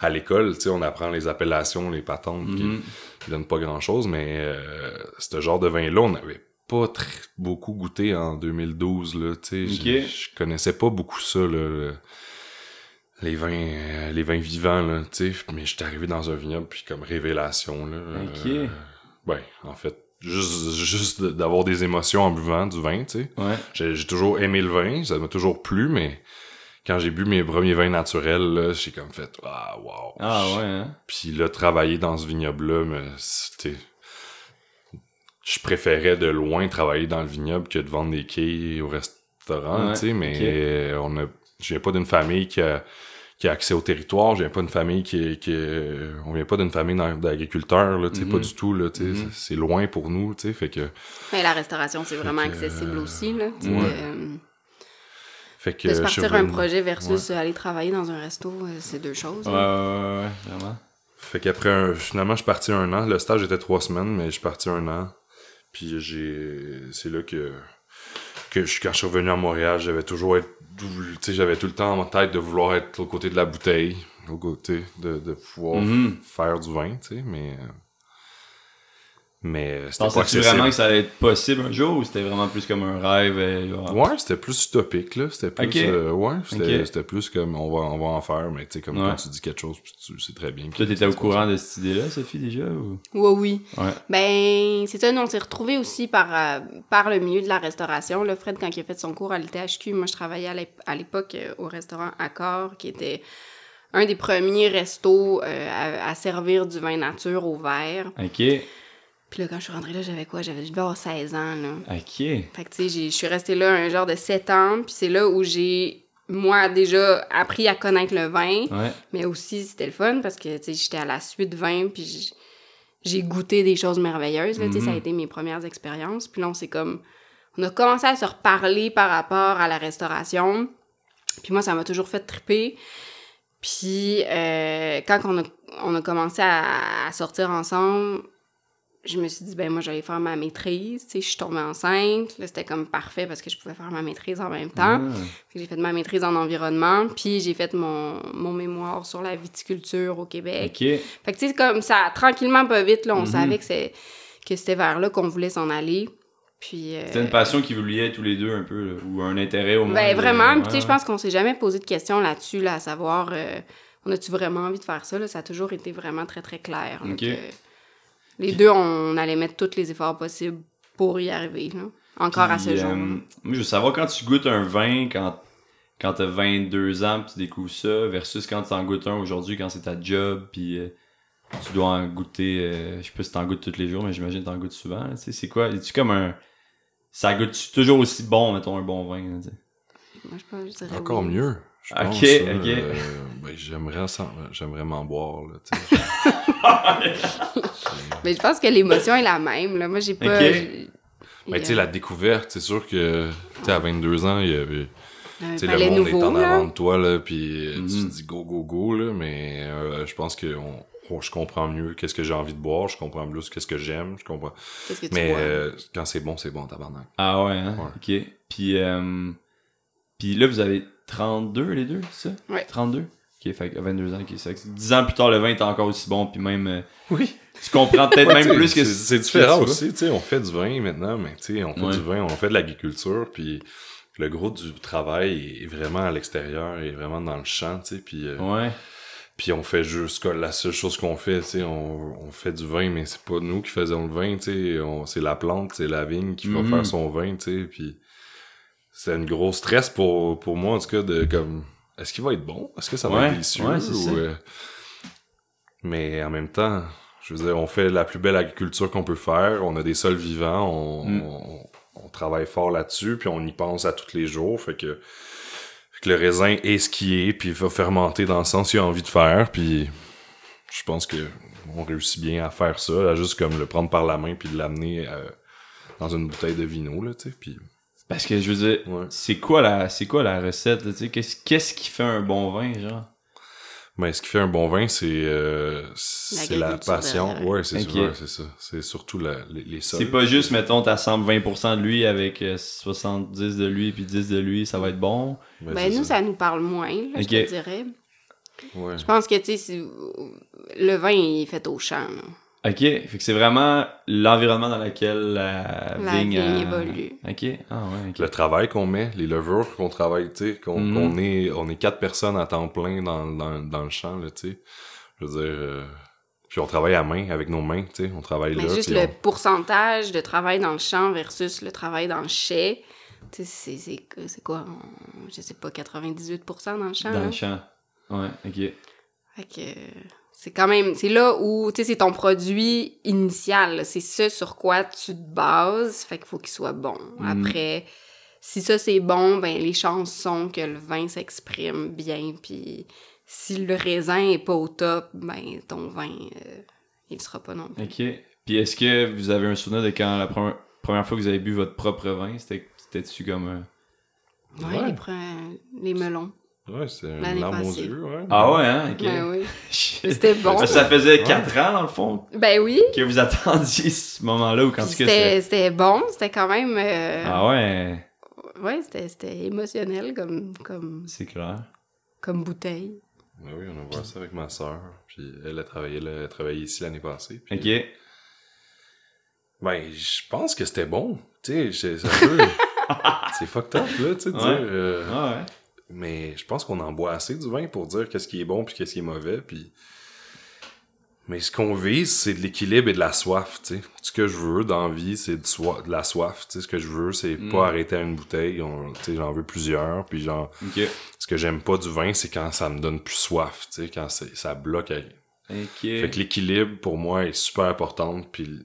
[SPEAKER 3] à l'école, tu sais, on apprend les appellations, les patentes qui-
[SPEAKER 1] Mhm.
[SPEAKER 3] qui, donnent pas grand-chose, mais euh, ce genre de vin-là, on n'avait pas très, beaucoup goûté en 2012, là, tu sais.
[SPEAKER 1] Ok.
[SPEAKER 3] Je- Je connaissais pas beaucoup ça, là. le- les vins, euh, les vins vivants, là, tu sais. Mais j'étais arrivé dans un vignoble, puis comme révélation, là.
[SPEAKER 1] Ok.
[SPEAKER 3] euh, ouais, en fait, juste, juste de- d'avoir des émotions en buvant du vin, tu sais.
[SPEAKER 1] Ouais.
[SPEAKER 3] J'ai j'ai toujours aimé le vin, ça m'a toujours plu, mais quand j'ai bu mes premiers vins naturels, là, j'ai comme fait Ah, wow!
[SPEAKER 1] Ah ouais, hein.
[SPEAKER 3] Puis là, travailler dans ce vignoble-là, mais c'était. Je préférais de loin travailler dans le vignoble que de vendre des quilles au restaurant,
[SPEAKER 1] Ouais,
[SPEAKER 3] tu sais, mais on a. Je viens pas d'une famille qui a, qui a accès au territoire, je viens pas d'une famille qui. qui on vient pas d'une famille d'ag- d'agriculteurs, là, tu sais,
[SPEAKER 1] Mhm.
[SPEAKER 3] pas du tout, là, tu sais,
[SPEAKER 1] Mhm.
[SPEAKER 3] c'est loin pour nous, tu sais, fait que.
[SPEAKER 2] Mais la restauration, c'est vraiment
[SPEAKER 3] que,
[SPEAKER 2] accessible
[SPEAKER 3] euh,
[SPEAKER 2] aussi. Là, tu sais,
[SPEAKER 3] ouais.
[SPEAKER 2] de,
[SPEAKER 3] Fait que
[SPEAKER 2] de se
[SPEAKER 3] je suis
[SPEAKER 2] partir un
[SPEAKER 3] vraiment-
[SPEAKER 2] projet versus aller travailler dans un resto, euh, c'est deux choses.
[SPEAKER 1] Ouais, ouais,
[SPEAKER 2] là.
[SPEAKER 1] ouais, ouais, vraiment.
[SPEAKER 3] Fait qu'après, un- finalement, je suis parti un an. Le stage était trois semaines, mais je suis parti un an. Puis j'ai, c'est là que, que je, quand je suis revenu à Montréal, j'avais toujours être, voulu- tu sais, j'avais tout le temps en tête de vouloir être au côté de la bouteille, au côté de, de pouvoir
[SPEAKER 1] Mhm.
[SPEAKER 3] faire du vin, tu sais, mais, euh, mais euh, c'était pas
[SPEAKER 1] Pensais-tu
[SPEAKER 3] accessible.
[SPEAKER 1] vraiment que ça allait être possible un jour ou c'était vraiment plus comme un rêve? euh, genre-
[SPEAKER 3] Ouais, c'était plus utopique, là. C'était plus.
[SPEAKER 1] Ok.
[SPEAKER 3] euh, ouais, c'était
[SPEAKER 1] Ok.
[SPEAKER 3] c'était plus comme on va, on va en faire, mais tu sais, comme
[SPEAKER 1] Ouais.
[SPEAKER 3] quand tu dis quelque chose, puis tu sais très bien. que-
[SPEAKER 1] Toi, t'étais au courant de cette idée-là, Sophie, déjà? Ou...
[SPEAKER 2] Ouais, oui.
[SPEAKER 1] Ouais.
[SPEAKER 2] Ben, c'est ça, nous, on s'est retrouvés aussi par, euh, par le milieu de la restauration. Le Fred, quand il a fait son cours à l'ITHQ, moi, je travaillais à l'ép- à l'époque euh, au restaurant Accor, qui était un des premiers restos euh, à, à servir du vin nature au verre.
[SPEAKER 1] Ok,
[SPEAKER 2] Puis là, quand je suis rentrée là, j'avais quoi? J'avais, je devais avoir 16 ans, là.
[SPEAKER 1] ok.
[SPEAKER 2] Fait que, tu sais, j'ai- je suis restée là un genre de 7 ans, puis c'est là où j'ai, moi, déjà appris à connaître le vin.
[SPEAKER 1] Ouais.
[SPEAKER 2] Mais aussi, c'était le fun parce que, tu sais, j'étais à la suite 20, puis j- j'ai goûté des choses merveilleuses. Là, tu sais,
[SPEAKER 1] Mhm.
[SPEAKER 2] Ça a été mes premières expériences. Puis là, on s'est comme... On a commencé à se reparler par rapport à la restauration. Puis moi, ça m'a toujours fait triper. Puis euh, quand on a, on a commencé à, à sortir ensemble, je me suis dit, ben moi, j'allais faire ma maîtrise. Tu sais, je suis tombée enceinte. Là, c'était comme parfait parce que je pouvais faire ma maîtrise en même temps.
[SPEAKER 1] Ah,
[SPEAKER 2] Fait que J'ai fait ma maîtrise en environnement, puis j'ai fait mon, mon mémoire sur la viticulture au
[SPEAKER 1] Ah,
[SPEAKER 2] Québec.
[SPEAKER 1] ok.
[SPEAKER 2] Fait que tu sais, comme ça, tranquillement, pas vite, là, on
[SPEAKER 1] Mhm.
[SPEAKER 2] savait que, c'est- que c'était vers là qu'on voulait s'en aller. Puis. euh,
[SPEAKER 1] C'était une passion qui vous liait tous les deux un peu, là, ou un intérêt au moins.
[SPEAKER 2] ben vraiment,
[SPEAKER 1] Ouais,
[SPEAKER 2] puis tu sais, je pense qu'on s'est jamais posé de questions là-dessus, là, à savoir, euh, on a-tu vraiment envie de faire ça, là? Ça a toujours été vraiment très, très clair. là,
[SPEAKER 1] Ok.
[SPEAKER 2] que les deux, on allait mettre tous les efforts possibles pour y arriver, là. Encore à ce
[SPEAKER 1] Puis,
[SPEAKER 2] jour.
[SPEAKER 1] euh, moi, je veux savoir quand tu goûtes un vin, quand, quand t'as 22 ans, puis tu découvres ça, versus quand t'en goûtes un aujourd'hui, quand c'est ta job, puis euh, tu dois en goûter. euh, je sais pas si t'en goûtes tous les jours, mais j'imagine que t'en goûtes souvent. là, tu sais, c'est quoi Es-tu comme un. Ça goûte toujours aussi bon, mettons, un bon vin là, tu sais?
[SPEAKER 2] Moi, je pense, je dirais
[SPEAKER 3] Encore
[SPEAKER 2] oui.
[SPEAKER 3] mieux. Je
[SPEAKER 1] Ok,
[SPEAKER 3] pense, euh,
[SPEAKER 1] ok.
[SPEAKER 3] euh, ben, j'aimerais, ça- j'aimerais m'en boire, là, tu sais.
[SPEAKER 2] Mais je pense que l'émotion est la même, là. Moi, j'ai pas...
[SPEAKER 1] Ok.
[SPEAKER 2] j'ai-
[SPEAKER 3] Mais tu sais,
[SPEAKER 2] euh,
[SPEAKER 3] la découverte, c'est sûr que, tu sais, à 22 ans, il y avait,
[SPEAKER 2] un
[SPEAKER 3] tu sais,
[SPEAKER 2] palais
[SPEAKER 3] le monde est en
[SPEAKER 2] là.
[SPEAKER 3] avant de toi, là, puis euh, tu
[SPEAKER 1] Mhm.
[SPEAKER 3] te dis go, go, go, là, mais euh, je pense qu'on oh, je comprends mieux qu'est-ce que j'ai envie de boire, je comprends mieux qu'est-ce que j'aime, je comprends.
[SPEAKER 2] Qu'est-ce que tu
[SPEAKER 3] Mais
[SPEAKER 2] bois?
[SPEAKER 3] euh, quand c'est bon, c'est bon, tabarnak.
[SPEAKER 1] Ah ouais, hein? OK. Puis, euh, puis là, vous avez 32, les deux, c'est ça?
[SPEAKER 2] Ouais.
[SPEAKER 1] 32? OK, fait que 22 ans, OK, ça fait que 10 ans plus tard, le vin est encore aussi bon, puis même... euh,
[SPEAKER 3] Oui.
[SPEAKER 1] Tu comprends peut-être même
[SPEAKER 3] Ouais,
[SPEAKER 1] plus
[SPEAKER 3] c'est-
[SPEAKER 1] que...
[SPEAKER 3] c'est différent
[SPEAKER 1] que-
[SPEAKER 3] aussi, tu sais, on fait du vin maintenant, mais tu sais, on fait
[SPEAKER 1] Ouais.
[SPEAKER 3] du vin, on fait de l'agriculture, puis le gros du travail est vraiment à l'extérieur, est vraiment dans le champ, tu sais, puis euh,
[SPEAKER 1] Ouais.
[SPEAKER 3] puis on fait juste comme la seule chose qu'on fait, tu sais, on, on fait du vin, mais c'est pas nous qui faisons le vin, tu sais, on- c'est la plante, c'est la vigne qui va
[SPEAKER 1] Mhm.
[SPEAKER 3] faire son vin, tu sais, puis c'est un gros stress pour, pour moi, en tout cas, de comme, est-ce qu'il va être bon? Est-ce que ça va
[SPEAKER 1] Ouais,
[SPEAKER 3] être délicieux?
[SPEAKER 1] ouais, c'est ça.
[SPEAKER 3] euh, Mais en même temps, je veux dire, on fait la plus belle agriculture qu'on peut faire, on a des sols vivants, on,
[SPEAKER 1] Mm.
[SPEAKER 3] on- on travaille fort là-dessus, puis on y pense à tous les jours, fait que fait que le raisin est ce qu'il est, puis il va fermenter dans le sens qu'il a envie de faire, puis je pense que on réussit bien à faire ça, à juste comme le prendre par la main puis de l'amener euh, dans une bouteille de vino, là, tu sais, puis...
[SPEAKER 1] Parce que, je veux dire,
[SPEAKER 3] Ouais.
[SPEAKER 1] c'est quoi la, c'est quoi la recette, là, tu sais? Qu'est-ce, qu'est-ce qui fait un bon vin, genre?
[SPEAKER 3] Mais Ben, ce qui fait un bon vin, c'est euh, c'est la
[SPEAKER 2] L'agriculture
[SPEAKER 3] passion.
[SPEAKER 2] derrière.
[SPEAKER 3] Ouais, c'est
[SPEAKER 1] Ok.
[SPEAKER 3] sûr, c'est ça. C'est surtout la- les, les sols.
[SPEAKER 1] C'est pas juste, mettons, t'assembles 20% de lui avec euh, 70 de lui, puis 10 de lui, ça va être bon.
[SPEAKER 3] Mais
[SPEAKER 2] Ben,
[SPEAKER 3] c'est
[SPEAKER 2] nous, ça. nous parle moins, là,
[SPEAKER 1] Ok.
[SPEAKER 2] je te dirais.
[SPEAKER 3] Ouais.
[SPEAKER 2] Je pense que, tu sais, si- le vin, il est fait au champ. là.
[SPEAKER 1] OK, fait que c'est vraiment l'environnement dans lequel la,
[SPEAKER 2] La vigne
[SPEAKER 1] euh,
[SPEAKER 2] évolue.
[SPEAKER 1] OK, ah ouais, OK.
[SPEAKER 3] Le travail qu'on met, les levures qu'on travaille, tu sais, qu'on
[SPEAKER 1] Mhm.
[SPEAKER 3] qu'on est, on est quatre personnes à temps plein dans, dans, dans le champ, là, tu sais. Je veux dire... euh, Puis on travaille à main, avec nos mains, tu sais, on travaille
[SPEAKER 2] Mais
[SPEAKER 3] là.
[SPEAKER 2] Ben, juste
[SPEAKER 3] puis
[SPEAKER 2] le
[SPEAKER 3] on-
[SPEAKER 2] pourcentage de travail dans le champ versus le travail dans le chai, tu sais, c'est- c'est c'est quoi? on- Je sais pas, 98% dans le champ,
[SPEAKER 1] Dans
[SPEAKER 2] là?
[SPEAKER 1] le champ. Ouais, OK.
[SPEAKER 2] Fait que c'est quand même, c'est là où, tu sais, c'est ton produit initial, là. c'est ce sur quoi tu te bases, fait qu'il faut qu'il soit bon.
[SPEAKER 1] Mhm.
[SPEAKER 2] Après, si ça c'est bon, ben les chances sont que le vin s'exprime bien, puis si le raisin est pas au top, ben ton vin, euh, il le sera pas non plus.
[SPEAKER 1] OK. Puis est-ce que vous avez un souvenir de quand la première, première fois que vous avez bu votre propre vin, c'était- c'était-tu comme... un-
[SPEAKER 2] Ouais,
[SPEAKER 3] Ouais.
[SPEAKER 2] Les, pre- les melons.
[SPEAKER 3] Ouais, c'est un
[SPEAKER 2] L'année
[SPEAKER 3] larme aux
[SPEAKER 2] passée.
[SPEAKER 3] yeux, ouais.
[SPEAKER 1] Ah ouais, hein? OK.
[SPEAKER 2] Ben oui.
[SPEAKER 1] Shit.
[SPEAKER 2] C'était bon.
[SPEAKER 1] Parce que ça faisait
[SPEAKER 3] Ouais.
[SPEAKER 1] 4 ans, dans le fond,
[SPEAKER 2] Ben oui.
[SPEAKER 1] que vous attendiez ce moment-là, ou quand
[SPEAKER 2] Puis
[SPEAKER 1] est-ce que c'est...
[SPEAKER 2] C'était c'était bon, c'était quand même. euh,
[SPEAKER 1] Ah ouais,
[SPEAKER 2] Ouais, c'était c'était émotionnel comme, comme,
[SPEAKER 1] c'est clair.
[SPEAKER 2] comme bouteille.
[SPEAKER 3] Ben oui, on a ouvert ça avec ma sœur. Puis elle a travaillé, là, elle a travaillé ici l'année passée. puis-
[SPEAKER 1] OK.
[SPEAKER 3] Ben, je pense que c'était bon. Tu sais, c'est- c'est un peu. c'est fucked up, là, tu sais. de
[SPEAKER 1] Ouais.
[SPEAKER 3] dire, euh,
[SPEAKER 1] Ah ouais.
[SPEAKER 3] Mais je pense qu'on en boit assez du vin pour dire qu'est-ce qui est bon puis qu'est-ce qui est mauvais. Puis. Mais ce qu'on vise, c'est de l'équilibre et de la soif, tu sais. Ce que je veux dans la vie, c'est de, soi- de la soif, tu sais. Ce que je veux, c'est
[SPEAKER 1] Mm.
[SPEAKER 3] pas arrêter à une bouteille. On- Tu sais, j'en veux plusieurs, puis genre
[SPEAKER 1] OK.
[SPEAKER 3] ce que j'aime pas du vin, c'est quand ça me donne plus soif, tu sais, quand c'est- ça bloque. à-
[SPEAKER 1] OK.
[SPEAKER 3] Fait que l'équilibre, pour moi, est super important, puis... l-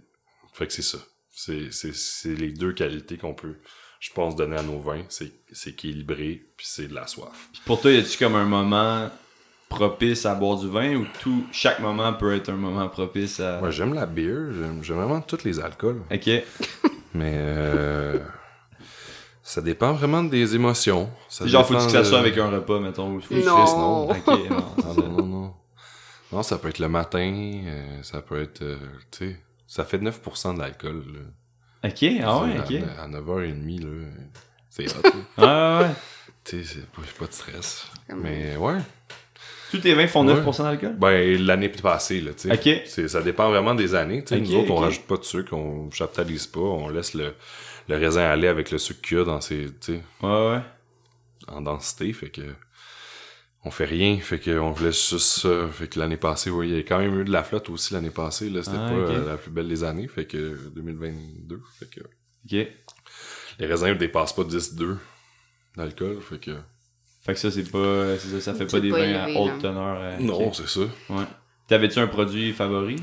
[SPEAKER 3] Fait que c'est ça. C'est- C'est c'est les deux qualités qu'on peut, je pense, donner à nos vins. C'est c'est équilibré, puis c'est de la soif.
[SPEAKER 1] Pour toi, y a-tu comme un moment propice à boire du vin ou tout chaque moment peut être un moment propice à
[SPEAKER 3] Moi, j'aime la bière, j'aime j'aime vraiment tous les alcools,
[SPEAKER 1] Ok.
[SPEAKER 3] mais... euh, ça dépend vraiment des émotions. Ça
[SPEAKER 1] Genre faut-tu
[SPEAKER 3] dépend
[SPEAKER 1] que ça
[SPEAKER 3] de-
[SPEAKER 1] soit avec un repas mettons ou
[SPEAKER 3] Oui,
[SPEAKER 2] Non.
[SPEAKER 3] Chris, non.
[SPEAKER 1] Ok. non,
[SPEAKER 3] Ah
[SPEAKER 1] c'est
[SPEAKER 3] non,
[SPEAKER 1] ça.
[SPEAKER 3] non, non. Non, ça peut être le matin, euh, ça peut être. euh, tu sais, ça fait 9% de l'alcool. là.
[SPEAKER 1] Ok. Ah ouais.
[SPEAKER 3] C'est
[SPEAKER 1] Ok.
[SPEAKER 3] À, à 9h30, là. C'est hot, là.
[SPEAKER 1] Ah ouais. ouais.
[SPEAKER 3] Tu sais, c'est pas, j'ai pas de stress.
[SPEAKER 2] Comme-
[SPEAKER 3] Mais ouais.
[SPEAKER 1] Tous tes vins font
[SPEAKER 3] Ouais.
[SPEAKER 1] 9% d'alcool.
[SPEAKER 3] Ben, l'année passée, là, tu sais.
[SPEAKER 1] Ok.
[SPEAKER 3] C'est- Ça dépend vraiment des années. tu sais.
[SPEAKER 1] Ok,
[SPEAKER 3] Nous autres, on
[SPEAKER 1] ok.
[SPEAKER 3] rajoute pas de sucre, on chaptalise pas, on laisse le, le raisin aller avec le sucre qu'il y a dans ses, tu sais,
[SPEAKER 1] Ouais ouais.
[SPEAKER 3] en densité, fait que on fait rien, fait que on voulait juste ça, fait que l'année passée, oui, il y a quand même eu de la flotte aussi l'année passée, là, c'était
[SPEAKER 1] Ah,
[SPEAKER 3] pas
[SPEAKER 1] ok.
[SPEAKER 3] euh, la plus belle des années, fait que 2022, fait que
[SPEAKER 1] Ok.
[SPEAKER 3] les raisins ne dépassent pas 10-2 d'alcool, fait que
[SPEAKER 1] Fait que ça c'est pas, c'est ça, ça fait
[SPEAKER 2] C'est
[SPEAKER 1] pas des
[SPEAKER 2] pas
[SPEAKER 1] vins à
[SPEAKER 2] élevé,
[SPEAKER 1] haute
[SPEAKER 2] là.
[SPEAKER 1] teneur. euh,
[SPEAKER 3] non,
[SPEAKER 1] ok.
[SPEAKER 3] c'est ça.
[SPEAKER 1] Ouais. T'avais-tu un produit favori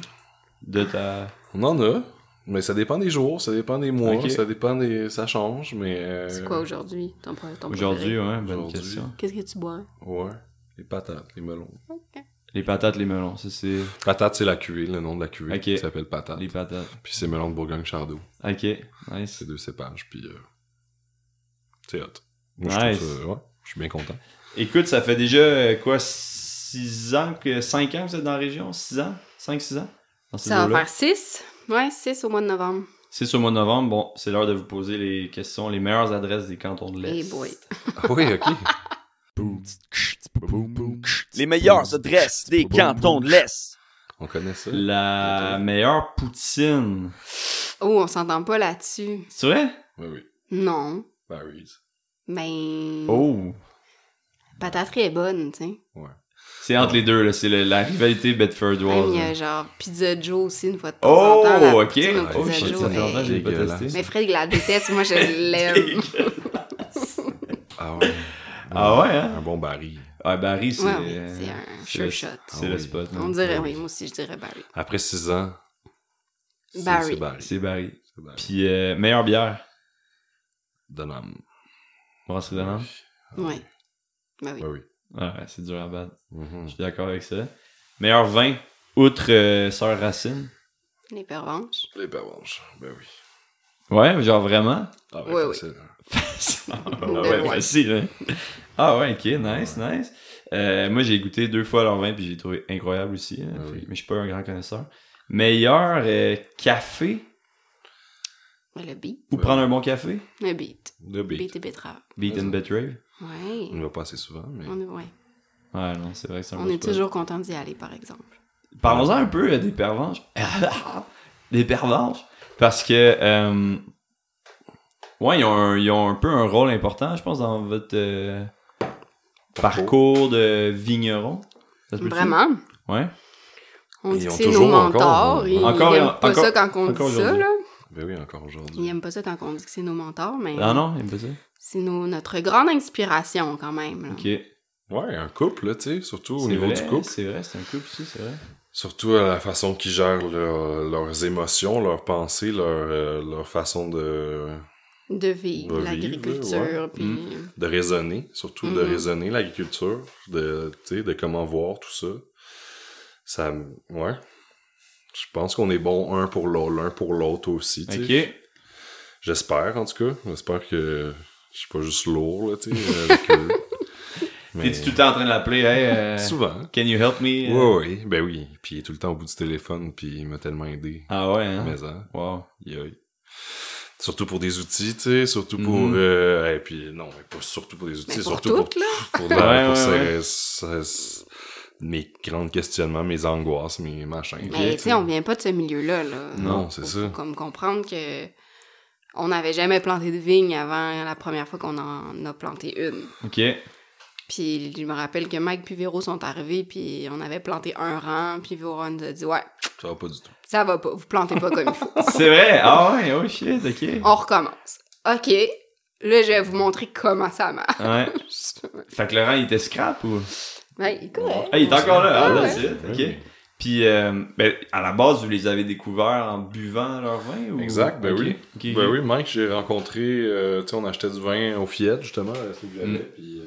[SPEAKER 1] de ta.
[SPEAKER 3] On en a, mais ça dépend des jours, ça dépend des mois,
[SPEAKER 1] Ok.
[SPEAKER 3] ça dépend des, ça change, mais euh,
[SPEAKER 2] C'est quoi aujourd'hui, ton, pro- ton
[SPEAKER 1] Aujourd'hui
[SPEAKER 2] préféré?
[SPEAKER 1] ouais. Bonne
[SPEAKER 3] Aujourd'hui.
[SPEAKER 1] question.
[SPEAKER 2] Qu'est-ce que tu bois?
[SPEAKER 3] ouais, les patates, les melons.
[SPEAKER 1] Les patates, les melons, ça c'est
[SPEAKER 3] Patates, c'est la cuvée, le nom de la cuvée,
[SPEAKER 1] Ok.
[SPEAKER 3] qui s'appelle patate.
[SPEAKER 1] les patates.
[SPEAKER 3] Puis c'est melon de Bourgogne-Chardot.
[SPEAKER 1] Ok. Nice.
[SPEAKER 3] ces deux cépages, puis euh, c'est hot.
[SPEAKER 1] Nice.
[SPEAKER 3] je trouve ça- ouais, je suis bien content.
[SPEAKER 1] euh, Écoute, ça fait déjà euh, quoi 6 ans que 5 ans que vous êtes dans la région 6 ans 5-6 ans? Dans ces
[SPEAKER 2] Ça va
[SPEAKER 1] eaux-là?
[SPEAKER 2] faire 6. Ouais, 6 au mois de novembre.
[SPEAKER 1] C'est sur le mois de novembre, bon, c'est l'heure de vous poser les questions, les meilleures adresses des cantons de l'Est.
[SPEAKER 2] Et Eh boy.
[SPEAKER 3] Ah oui, ok.
[SPEAKER 4] Les meilleures adresses des cantons de l'Est.
[SPEAKER 3] On connaît ça.
[SPEAKER 1] La meilleure poutine.
[SPEAKER 2] Oh, on s'entend pas là-dessus.
[SPEAKER 1] C'est vrai?
[SPEAKER 3] Oui, oui.
[SPEAKER 2] Non.
[SPEAKER 3] Barry's.
[SPEAKER 2] Mais.
[SPEAKER 1] Oh!
[SPEAKER 2] Pataterie est bonne, tu sais.
[SPEAKER 1] C'est entre les deux, là. C'est le- la rivalité
[SPEAKER 2] Même,
[SPEAKER 1] Bedfordoise.
[SPEAKER 2] il y a genre Pizza Joe aussi, une fois de temps en
[SPEAKER 1] Oh,
[SPEAKER 2] temps. la
[SPEAKER 1] ok!
[SPEAKER 2] poutine au
[SPEAKER 1] Oh,
[SPEAKER 2] Pizza
[SPEAKER 1] shit,
[SPEAKER 2] Joe,
[SPEAKER 1] ça fait longtemps que
[SPEAKER 2] hey.
[SPEAKER 4] Eh,
[SPEAKER 1] j'ai pas
[SPEAKER 3] Dégueulasse.
[SPEAKER 2] Mais
[SPEAKER 1] testé.
[SPEAKER 2] Fred, il la déteste. Moi, je l'aime.
[SPEAKER 3] Ah ouais.
[SPEAKER 1] Ah ouais, hein?
[SPEAKER 3] Un bon Barry.
[SPEAKER 1] Ah, Barry, c'est. euh,
[SPEAKER 2] Ouais, oui, c'est un
[SPEAKER 1] c'est le-
[SPEAKER 2] sure shot.
[SPEAKER 1] C'est
[SPEAKER 3] Ah
[SPEAKER 1] le
[SPEAKER 3] oui.
[SPEAKER 1] spot. hein. là.
[SPEAKER 2] On dirait, oui, moi aussi, je dirais Barry.
[SPEAKER 3] Après 6 ans. c'est-
[SPEAKER 2] Barry.
[SPEAKER 3] C'est Barry.
[SPEAKER 1] C'est Barry.
[SPEAKER 3] C'est Barry.
[SPEAKER 1] Puis, euh, meilleure bière.
[SPEAKER 3] Dunham.
[SPEAKER 1] Brasserie de Nantes.
[SPEAKER 2] Ouais. Ben oui.
[SPEAKER 3] Oui, oui.
[SPEAKER 1] Ah Ouais, c'est dur à battre.
[SPEAKER 3] Mhm.
[SPEAKER 1] Je suis d'accord avec ça. Meilleur vin, outre euh, Sœur Racine.
[SPEAKER 2] Les pervenches.
[SPEAKER 3] Les pervenches. Ben oui.
[SPEAKER 1] Ouais, genre vraiment.
[SPEAKER 3] Ah
[SPEAKER 2] Oui, oui.
[SPEAKER 3] facile.
[SPEAKER 1] ah
[SPEAKER 2] De
[SPEAKER 1] ouais,
[SPEAKER 2] loin.
[SPEAKER 1] facile, hein? Ah ouais, ok, nice, nice. Euh, moi, j'ai goûté deux fois leur vin, puis j'ai trouvé incroyable aussi. hein,
[SPEAKER 3] Ah
[SPEAKER 1] fait-
[SPEAKER 3] oui.
[SPEAKER 1] Mais je suis pas un grand connaisseur. Meilleur euh, café,
[SPEAKER 2] Mais le beat.
[SPEAKER 1] ou
[SPEAKER 3] Ouais.
[SPEAKER 1] prendre un bon café?
[SPEAKER 2] Le beat.
[SPEAKER 3] Le beat.
[SPEAKER 2] Beat et betterave.
[SPEAKER 1] Beat and Betrave.
[SPEAKER 2] Ouais.
[SPEAKER 3] On ne va pas assez souvent, mais.
[SPEAKER 2] On est, ouais.
[SPEAKER 1] Ouais, non, c'est vrai que c'est un
[SPEAKER 2] On
[SPEAKER 1] bon
[SPEAKER 2] est
[SPEAKER 1] spot.
[SPEAKER 2] toujours content d'y aller, par exemple.
[SPEAKER 1] Parlons-en un peu euh, des pervenches. des pervenches. Parce que, euh, ouais, ils ont, un, ils ont un peu un rôle important, je pense, dans votre euh, parcours de vigneron. Ça se peut-tu?
[SPEAKER 2] Vraiment.
[SPEAKER 1] Ouais.
[SPEAKER 2] On
[SPEAKER 3] Ils
[SPEAKER 2] dit que
[SPEAKER 3] ont
[SPEAKER 2] c'est nos
[SPEAKER 3] toujours
[SPEAKER 2] mentors.
[SPEAKER 3] encore-
[SPEAKER 2] Ils
[SPEAKER 1] Encore-
[SPEAKER 2] n'aiment pas
[SPEAKER 1] encore-
[SPEAKER 2] ça quand on
[SPEAKER 1] encore
[SPEAKER 2] dit ça,
[SPEAKER 1] aujourd'hui.
[SPEAKER 2] là.
[SPEAKER 3] Ben oui, encore aujourd'hui.
[SPEAKER 2] Ils n'aiment pas ça quand on dit que c'est nos mentors, mais
[SPEAKER 1] Ah non, il me ça.
[SPEAKER 2] c'est nos- notre grande inspiration, quand même. là.
[SPEAKER 1] Ok. C'est
[SPEAKER 3] Ouais, un couple, là, tu sais, surtout au niveau
[SPEAKER 1] vrai,
[SPEAKER 3] du couple.
[SPEAKER 1] C'est vrai, c'est un couple aussi, c'est vrai.
[SPEAKER 3] Surtout à la façon qu'ils gèrent leur- leurs émotions, leurs pensées, leur, euh, leur façon de,
[SPEAKER 2] De vivre,
[SPEAKER 3] De vivre,
[SPEAKER 2] l'agriculture,
[SPEAKER 3] ouais. Mm.
[SPEAKER 2] puis...
[SPEAKER 3] de raisonner, surtout de
[SPEAKER 2] Mhm.
[SPEAKER 3] raisonner l'agriculture, de, tu sais, de comment voir tout ça. Ça, m- ouais. Je pense qu'on est bon un pour l'autre, l'un pour l'autre aussi, tu sais.
[SPEAKER 1] Ok.
[SPEAKER 3] J'espère, en tout cas. J'espère que je suis pas juste lourd, là, tu sais, avec eux. Mais
[SPEAKER 1] T'es-tu tout le temps en train de l'appeler, hey, euh,
[SPEAKER 3] souvent.
[SPEAKER 1] can you help me?
[SPEAKER 3] Oui, oui, ben oui. Puis il est tout le temps au bout du téléphone, puis il m'a tellement aidé.
[SPEAKER 1] Ah ouais, hein?
[SPEAKER 3] Mais hein,
[SPEAKER 1] Wow.
[SPEAKER 3] aïe, aïe. Surtout pour des outils, tu sais, surtout pour...
[SPEAKER 1] Mhm.
[SPEAKER 3] euh, et puis, non, mais pas surtout pour des outils,
[SPEAKER 2] Mais pour
[SPEAKER 3] surtout pour
[SPEAKER 2] toutes, là.
[SPEAKER 3] pour, de la-
[SPEAKER 1] Ouais,
[SPEAKER 3] pour
[SPEAKER 1] ouais,
[SPEAKER 3] ces- ces- mes grands questionnements, mes angoisses, mes machins.
[SPEAKER 2] Mais tu sais, on vient pas de ce milieu-là, là.
[SPEAKER 3] Non, c'est ça.
[SPEAKER 2] Comme comprendre que... On n'avait jamais planté de vigne avant la première fois qu'on en a planté une.
[SPEAKER 1] Ok.
[SPEAKER 2] Puis je me rappelle que Mike puis Véro sont arrivés, puis on avait planté un rang, puis Véro nous a dit « Ouais,
[SPEAKER 3] Ça va pas du tout.
[SPEAKER 2] ça va pas, vous plantez pas comme il faut.
[SPEAKER 1] C'est vrai? Ah ouais, oh shit, ok.
[SPEAKER 2] On recommence. OK, là, je vais vous montrer comment ça marche.
[SPEAKER 1] Ouais. Fait que Laurent, il était scrap ou?
[SPEAKER 2] Ouais, il est correct.
[SPEAKER 1] Ah, il est encore là. Ah,
[SPEAKER 2] Ah,
[SPEAKER 1] that's it, ok. Puis, euh, ben, à la base, vous les avez découverts en buvant leur vin ou...
[SPEAKER 3] Exact, ben
[SPEAKER 1] Ok,
[SPEAKER 3] oui.
[SPEAKER 1] ok,
[SPEAKER 3] Ben
[SPEAKER 1] ok.
[SPEAKER 3] oui, Mike, j'ai rencontré, euh, tu sais, on achetait du vin au Fiat, justement, à ce que j'avais,
[SPEAKER 1] Mm.
[SPEAKER 3] puis... euh,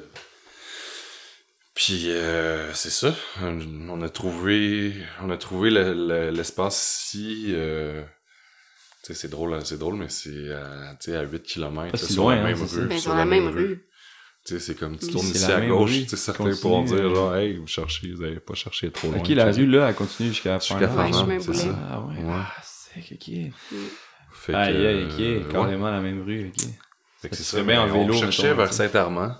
[SPEAKER 3] puis, euh, c'est ça, on a trouvé, on a trouvé le- le- l'espace ici, euh, tu sais, c'est drôle, hein, c'est drôle, mais c'est à, tu sais, à 8 km,
[SPEAKER 1] Pas si loin, hein, c'est ça.
[SPEAKER 2] Ben, sur la même rue.
[SPEAKER 3] Tu sais, c'est comme tu
[SPEAKER 2] Mm.
[SPEAKER 3] tournes
[SPEAKER 1] C'est
[SPEAKER 3] ici
[SPEAKER 1] la
[SPEAKER 3] à
[SPEAKER 1] même
[SPEAKER 3] gauche,
[SPEAKER 1] rue.
[SPEAKER 3] tu sais, certains pourront
[SPEAKER 1] Continue,
[SPEAKER 3] dire
[SPEAKER 1] euh,
[SPEAKER 3] genre, hey, vous cherchez, vous avez pas cherché trop loin.
[SPEAKER 1] Ok, la
[SPEAKER 3] tu sais.
[SPEAKER 1] rue, là, elle continue jusqu'à
[SPEAKER 3] Jusqu'à
[SPEAKER 1] Farnham.
[SPEAKER 2] Farnham, Ouais, chemin
[SPEAKER 3] c'est
[SPEAKER 2] boulet.
[SPEAKER 3] ça.
[SPEAKER 1] Ah ouais,
[SPEAKER 3] Ouais.
[SPEAKER 1] ah, c'est ok.
[SPEAKER 3] Fait que,
[SPEAKER 1] Aïe, aïe,
[SPEAKER 3] euh,
[SPEAKER 1] ok,
[SPEAKER 3] ouais.
[SPEAKER 1] carrément la même rue, ok.
[SPEAKER 3] Fait que
[SPEAKER 1] Ça
[SPEAKER 3] c'est
[SPEAKER 1] serait
[SPEAKER 3] ça,
[SPEAKER 1] bien
[SPEAKER 3] mais
[SPEAKER 1] en
[SPEAKER 3] on
[SPEAKER 1] vélo,
[SPEAKER 3] cherchait
[SPEAKER 1] mettons,
[SPEAKER 3] vers
[SPEAKER 1] tu
[SPEAKER 3] Saint-Armand.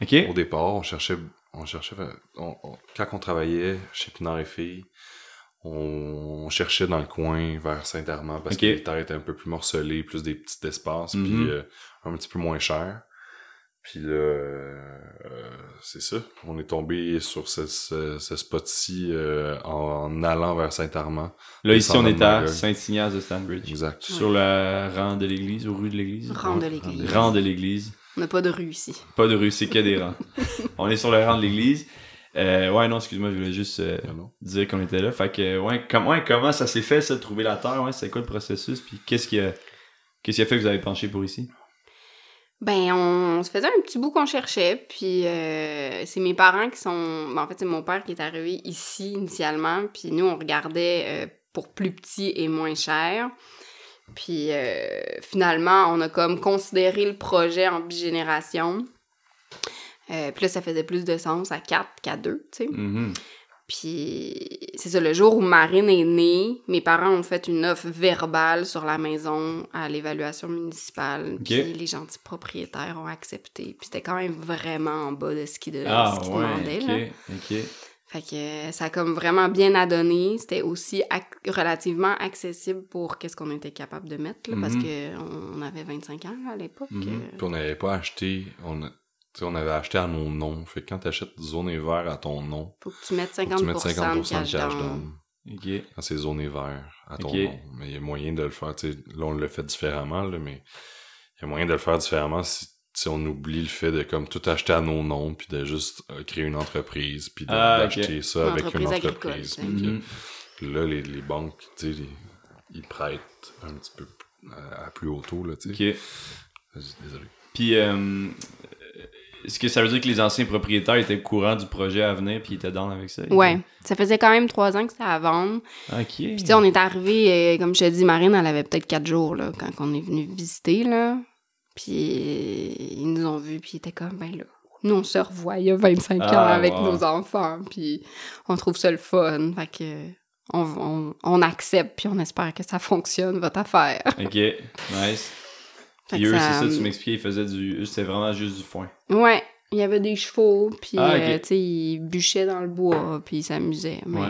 [SPEAKER 3] Au
[SPEAKER 1] Ok,
[SPEAKER 3] départ, on cherchait, on cherchait vers- on- on- quand on travaillait chez Pinard et Filles, on, on cherchait dans le coin vers Saint-Armand parce
[SPEAKER 1] Ok.
[SPEAKER 3] que les terres étaient un peu plus morcelées, plus des petits espaces,
[SPEAKER 1] Mhm.
[SPEAKER 3] puis euh, un petit peu moins cher. Puis là, euh, c'est ça. On est tombé sur ce, ce- ce spot-ci euh, en, en allant vers Saint-Armand.
[SPEAKER 1] là, ici, on
[SPEAKER 3] Descendant
[SPEAKER 1] est
[SPEAKER 3] de
[SPEAKER 1] à
[SPEAKER 3] Magog.
[SPEAKER 1] Saint-Ignace de Stanbridge.
[SPEAKER 3] Exact.
[SPEAKER 1] Sur le rang de l'église, ou rue de l'église.
[SPEAKER 2] Rang de
[SPEAKER 1] Ouais,
[SPEAKER 2] l'église.
[SPEAKER 1] Rang de l'église.
[SPEAKER 2] On n'a pas de rue ici.
[SPEAKER 1] Pas de rue, c'est que des rangs. on est sur le rang de l'église. Euh, ouais, non, excuse-moi, je voulais juste euh,
[SPEAKER 3] Ah non?
[SPEAKER 1] dire qu'on était là. Fait que, ouais, comment, ouais, comment ça s'est fait, ça, de trouver la terre? Ouais, c'est quoi le processus? Puis qu'est-ce qui a, qu'est-ce qui a fait que vous avez penché pour ici?
[SPEAKER 2] Ben, on, se faisait un petit bout qu'on cherchait, puis euh, c'est mes parents qui sont... ben, en fait, c'est mon père qui est arrivé ici initialement, puis nous, on regardait euh, pour plus petit et moins cher. Puis euh, finalement, on a comme considéré le projet en bigénération. Euh, puis là, ça faisait plus de sens à 4 qu'à 2, tu sais.
[SPEAKER 1] Mhm.
[SPEAKER 2] Puis c'est ça, le jour où Marine est née, mes parents ont fait une offre verbale sur la maison à l'évaluation municipale.
[SPEAKER 1] Ok.
[SPEAKER 2] Puis les gentils propriétaires ont accepté. Puis c'était quand même vraiment en bas de ce qu'ils de-
[SPEAKER 1] Ah
[SPEAKER 2] Euh, ce qu'ils demandaient.
[SPEAKER 1] ouais,
[SPEAKER 2] là.
[SPEAKER 1] ok, ok.
[SPEAKER 2] Fait que euh, ça a comme vraiment bien à donner. C'était aussi ac- relativement accessible pour qu'est-ce qu'on était capable de mettre, là, parce
[SPEAKER 1] Mhm.
[SPEAKER 2] que on on avait 25 ans à l'époque.
[SPEAKER 1] Mhm.
[SPEAKER 2] euh.
[SPEAKER 3] Puis on n'avait pas acheté, on, a- tu sais, on avait acheté à nos noms. Fait que quand t'achètes zoné vert à ton nom,
[SPEAKER 2] Faut que tu mettes
[SPEAKER 3] faut que
[SPEAKER 2] 50%,
[SPEAKER 3] tu mettes 50%
[SPEAKER 2] de cash, down.
[SPEAKER 1] Ok.
[SPEAKER 3] quand c'est zoné vert à ton
[SPEAKER 1] Ok.
[SPEAKER 3] nom. Mais il y a moyen de le faire. tu sais, là, on le fait différemment, là, mais il y a moyen de le faire différemment si, si on oublie le fait de comme tout acheter à nos noms, puis de juste euh, créer une entreprise, puis de-
[SPEAKER 1] Ah, ok.
[SPEAKER 3] d'acheter ça
[SPEAKER 2] Une
[SPEAKER 3] avec une
[SPEAKER 2] entreprise agricole,
[SPEAKER 3] entreprise.
[SPEAKER 2] ça.
[SPEAKER 3] Puis que-
[SPEAKER 1] Mhm.
[SPEAKER 3] puis là, les, les banques, tu sais, les- ils prêtent un petit peu à, à plus haut taux, là, tu sais.
[SPEAKER 1] Ok.
[SPEAKER 3] Désolé.
[SPEAKER 1] Puis, euh, euh, est-ce que ça veut dire que les anciens propriétaires étaient au courant du projet à venir puis ils étaient dans avec ça?
[SPEAKER 2] Ouais, ça faisait quand même trois ans que c'était à vendre.
[SPEAKER 1] Ok.
[SPEAKER 2] Puis tu sais, on est arrivé, euh, comme je te dis, Marine, elle avait peut-être quatre jours là, quand on est venu visiter. là. Puis euh, ils nous ont vus, puis ils étaient comme, ben là, nous on se revoit il y a 25 ans
[SPEAKER 1] Ah,
[SPEAKER 2] avec
[SPEAKER 1] wow.
[SPEAKER 2] nos enfants, puis on trouve ça le fun. Fait que on, on, on accepte, puis on espère que ça fonctionne, votre affaire.
[SPEAKER 1] Ok, nice.
[SPEAKER 2] Fait
[SPEAKER 1] Puis
[SPEAKER 2] que
[SPEAKER 1] eux,
[SPEAKER 2] ça- euh,
[SPEAKER 1] c'est ça, tu m'expliquais, ils faisaient du. Eux, c'était vraiment juste du foin.
[SPEAKER 2] Ouais, il y avait des chevaux, puis
[SPEAKER 1] Ah, ok.
[SPEAKER 2] euh, tu sais, ils bûchaient dans le bois, puis ils s'amusaient, mais
[SPEAKER 1] Ouais.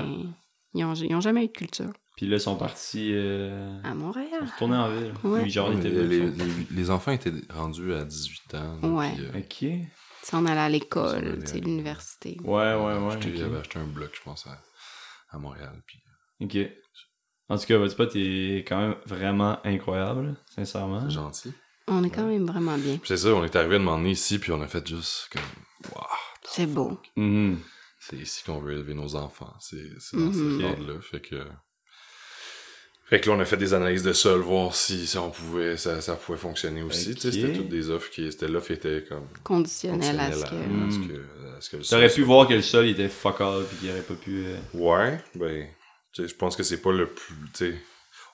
[SPEAKER 2] ils, ont, ils ont jamais eu de culture.
[SPEAKER 1] Puis là, ils sont partis. Euh...
[SPEAKER 2] À Montréal.
[SPEAKER 1] Retourner en ville.
[SPEAKER 2] Ouais.
[SPEAKER 1] Puis genre, ils étaient
[SPEAKER 3] les,
[SPEAKER 1] venus.
[SPEAKER 3] les- les enfants étaient rendus à 18 ans. là,
[SPEAKER 2] Ouais.
[SPEAKER 3] puis, euh,
[SPEAKER 1] Ok.
[SPEAKER 2] Tu sais, on allait à
[SPEAKER 3] Ça,
[SPEAKER 2] l'école,
[SPEAKER 3] on
[SPEAKER 2] tu sais,
[SPEAKER 3] allait à-
[SPEAKER 2] l'université.
[SPEAKER 1] Ouais, ouais,
[SPEAKER 3] j'avais
[SPEAKER 1] ouais.
[SPEAKER 3] acheté- J'avais
[SPEAKER 1] ok.
[SPEAKER 3] acheté un bloc, je pense, à, à Montréal. Puis...
[SPEAKER 1] Ok. En tout cas, votre spot est quand même vraiment incroyable, là, sincèrement.
[SPEAKER 3] C'est gentil.
[SPEAKER 2] On est quand même vraiment bien.
[SPEAKER 3] Puis c'est ça, on est arrivé à demander ici, puis on a fait juste comme, waouh,
[SPEAKER 2] C'est beau.
[SPEAKER 1] Mhm.
[SPEAKER 3] c'est ici qu'on veut élever nos enfants. C'est c'est dans
[SPEAKER 2] Mhm.
[SPEAKER 3] ce cadre-là. Fait que. Fait que là, on a fait des analyses de sol, voir si, si on pouvait, ça, ça pouvait fonctionner aussi.
[SPEAKER 1] Ok.
[SPEAKER 3] Tu sais, c'était toutes des offres qui. C'était l'offre qui était comme.
[SPEAKER 2] Conditionnel à ce
[SPEAKER 3] conditionnelle
[SPEAKER 2] que.
[SPEAKER 1] Mm.
[SPEAKER 3] à ce que le
[SPEAKER 1] T'aurais
[SPEAKER 3] sol
[SPEAKER 1] pu voir que le sol était fuck all puis qu'il aurait pas pu. euh,
[SPEAKER 3] Ouais, ben, tu sais, je pense que c'est pas le plus, tu sais,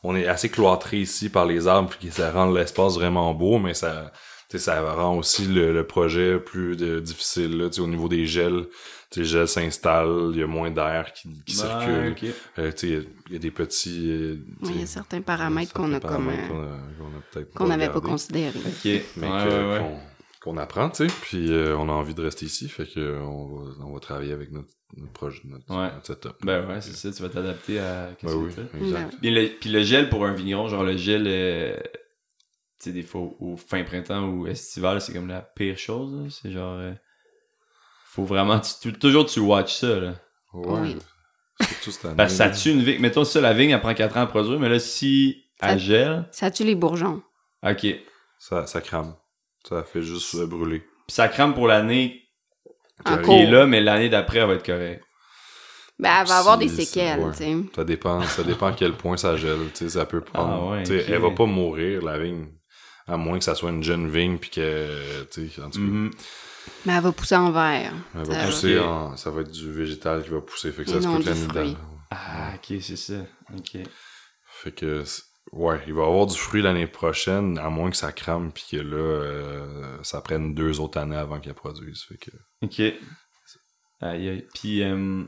[SPEAKER 3] on est assez cloîtré ici par les arbres, puis que ça rend l'espace vraiment beau, mais ça, tu sais, ça rend aussi le, le projet plus de- difficile, là, tu sais, au niveau des gels, tu sais, les gels s'installent, il y a moins d'air qui, qui
[SPEAKER 1] ouais,
[SPEAKER 3] circule,
[SPEAKER 1] ok.
[SPEAKER 3] Euh, tu sais, il y a- il y a des petits... euh, tu
[SPEAKER 2] Il y a
[SPEAKER 3] sais,
[SPEAKER 2] certains paramètres qu'on
[SPEAKER 3] certains
[SPEAKER 2] a comme. euh,
[SPEAKER 3] paramètres qu'on a- qu'on a peut-être
[SPEAKER 2] qu'on n'avait pas
[SPEAKER 3] regardés
[SPEAKER 2] considéré.
[SPEAKER 1] Ok. Ouais,
[SPEAKER 3] mais
[SPEAKER 1] ouais,
[SPEAKER 3] que-
[SPEAKER 1] ouais.
[SPEAKER 3] qu'on qu'on apprend, tu sais, puis euh, on a envie de rester ici, fait que euh, on va, on va travailler avec notre, notre projet, notre,
[SPEAKER 1] Ouais.
[SPEAKER 3] notre setup.
[SPEAKER 1] Ben ouais, c'est ça, tu vas t'adapter à.
[SPEAKER 3] Ben
[SPEAKER 1] qu'est-ce que
[SPEAKER 3] oui,
[SPEAKER 1] t'as.
[SPEAKER 3] exact.
[SPEAKER 1] Puis le, puis le gel pour un vigneron, genre le gel, euh, tu sais, des fois au- au fin printemps ou estival, c'est comme la pire chose. là. C'est genre. euh, faut vraiment. tu- tu- toujours tu watch ça, là.
[SPEAKER 3] Ouais.
[SPEAKER 2] Oui.
[SPEAKER 3] Surtout cette année.
[SPEAKER 1] Parce que Bah, ça
[SPEAKER 3] là.
[SPEAKER 1] tue une vigne. Mettons ça, la vigne, elle prend 4 ans à produire, mais là, si
[SPEAKER 2] Ça-
[SPEAKER 1] elle gèle,
[SPEAKER 2] Ça tue les bourgeons.
[SPEAKER 1] ok. Puis
[SPEAKER 3] Ça, ça crame. Ça fait juste euh, brûler.
[SPEAKER 1] ça crame pour l'année
[SPEAKER 2] En
[SPEAKER 3] Qui
[SPEAKER 1] qui est
[SPEAKER 2] cours.
[SPEAKER 1] là, mais l'année d'après, elle va être correcte.
[SPEAKER 2] Ben, elle va avoir des
[SPEAKER 3] C'est- c'est-
[SPEAKER 2] séquelles,
[SPEAKER 3] ouais.
[SPEAKER 2] tu sais.
[SPEAKER 3] Ça dépend, ça dépend à quel point ça gèle. tu sais, ça peut prendre.
[SPEAKER 1] Ah ouais,
[SPEAKER 3] tu sais,
[SPEAKER 1] ok.
[SPEAKER 3] Elle va pas mourir, la vigne. À moins que ça soit une jeune vigne, puis que. tu sais, en tout cas,
[SPEAKER 1] Mhm.
[SPEAKER 2] Mais elle va pousser en verre.
[SPEAKER 3] elle va
[SPEAKER 2] Ça
[SPEAKER 3] pousser
[SPEAKER 1] va.
[SPEAKER 3] en- Ça va être du végétal qui va pousser. Fait que
[SPEAKER 2] Et
[SPEAKER 3] ça se
[SPEAKER 2] Ah, non
[SPEAKER 3] peut
[SPEAKER 2] du
[SPEAKER 3] que
[SPEAKER 2] fruit.
[SPEAKER 3] l'année d'avant-
[SPEAKER 1] Ah, ok, c'est ça. Ok.
[SPEAKER 3] Fait que. c'est- Ouais, il va avoir du fruit l'année prochaine, à moins que ça crame, puis que là, euh, ça prenne deux autres années avant qu'elle produise. Fait que.
[SPEAKER 1] Ok. Aïe, aïe. Puis, euh,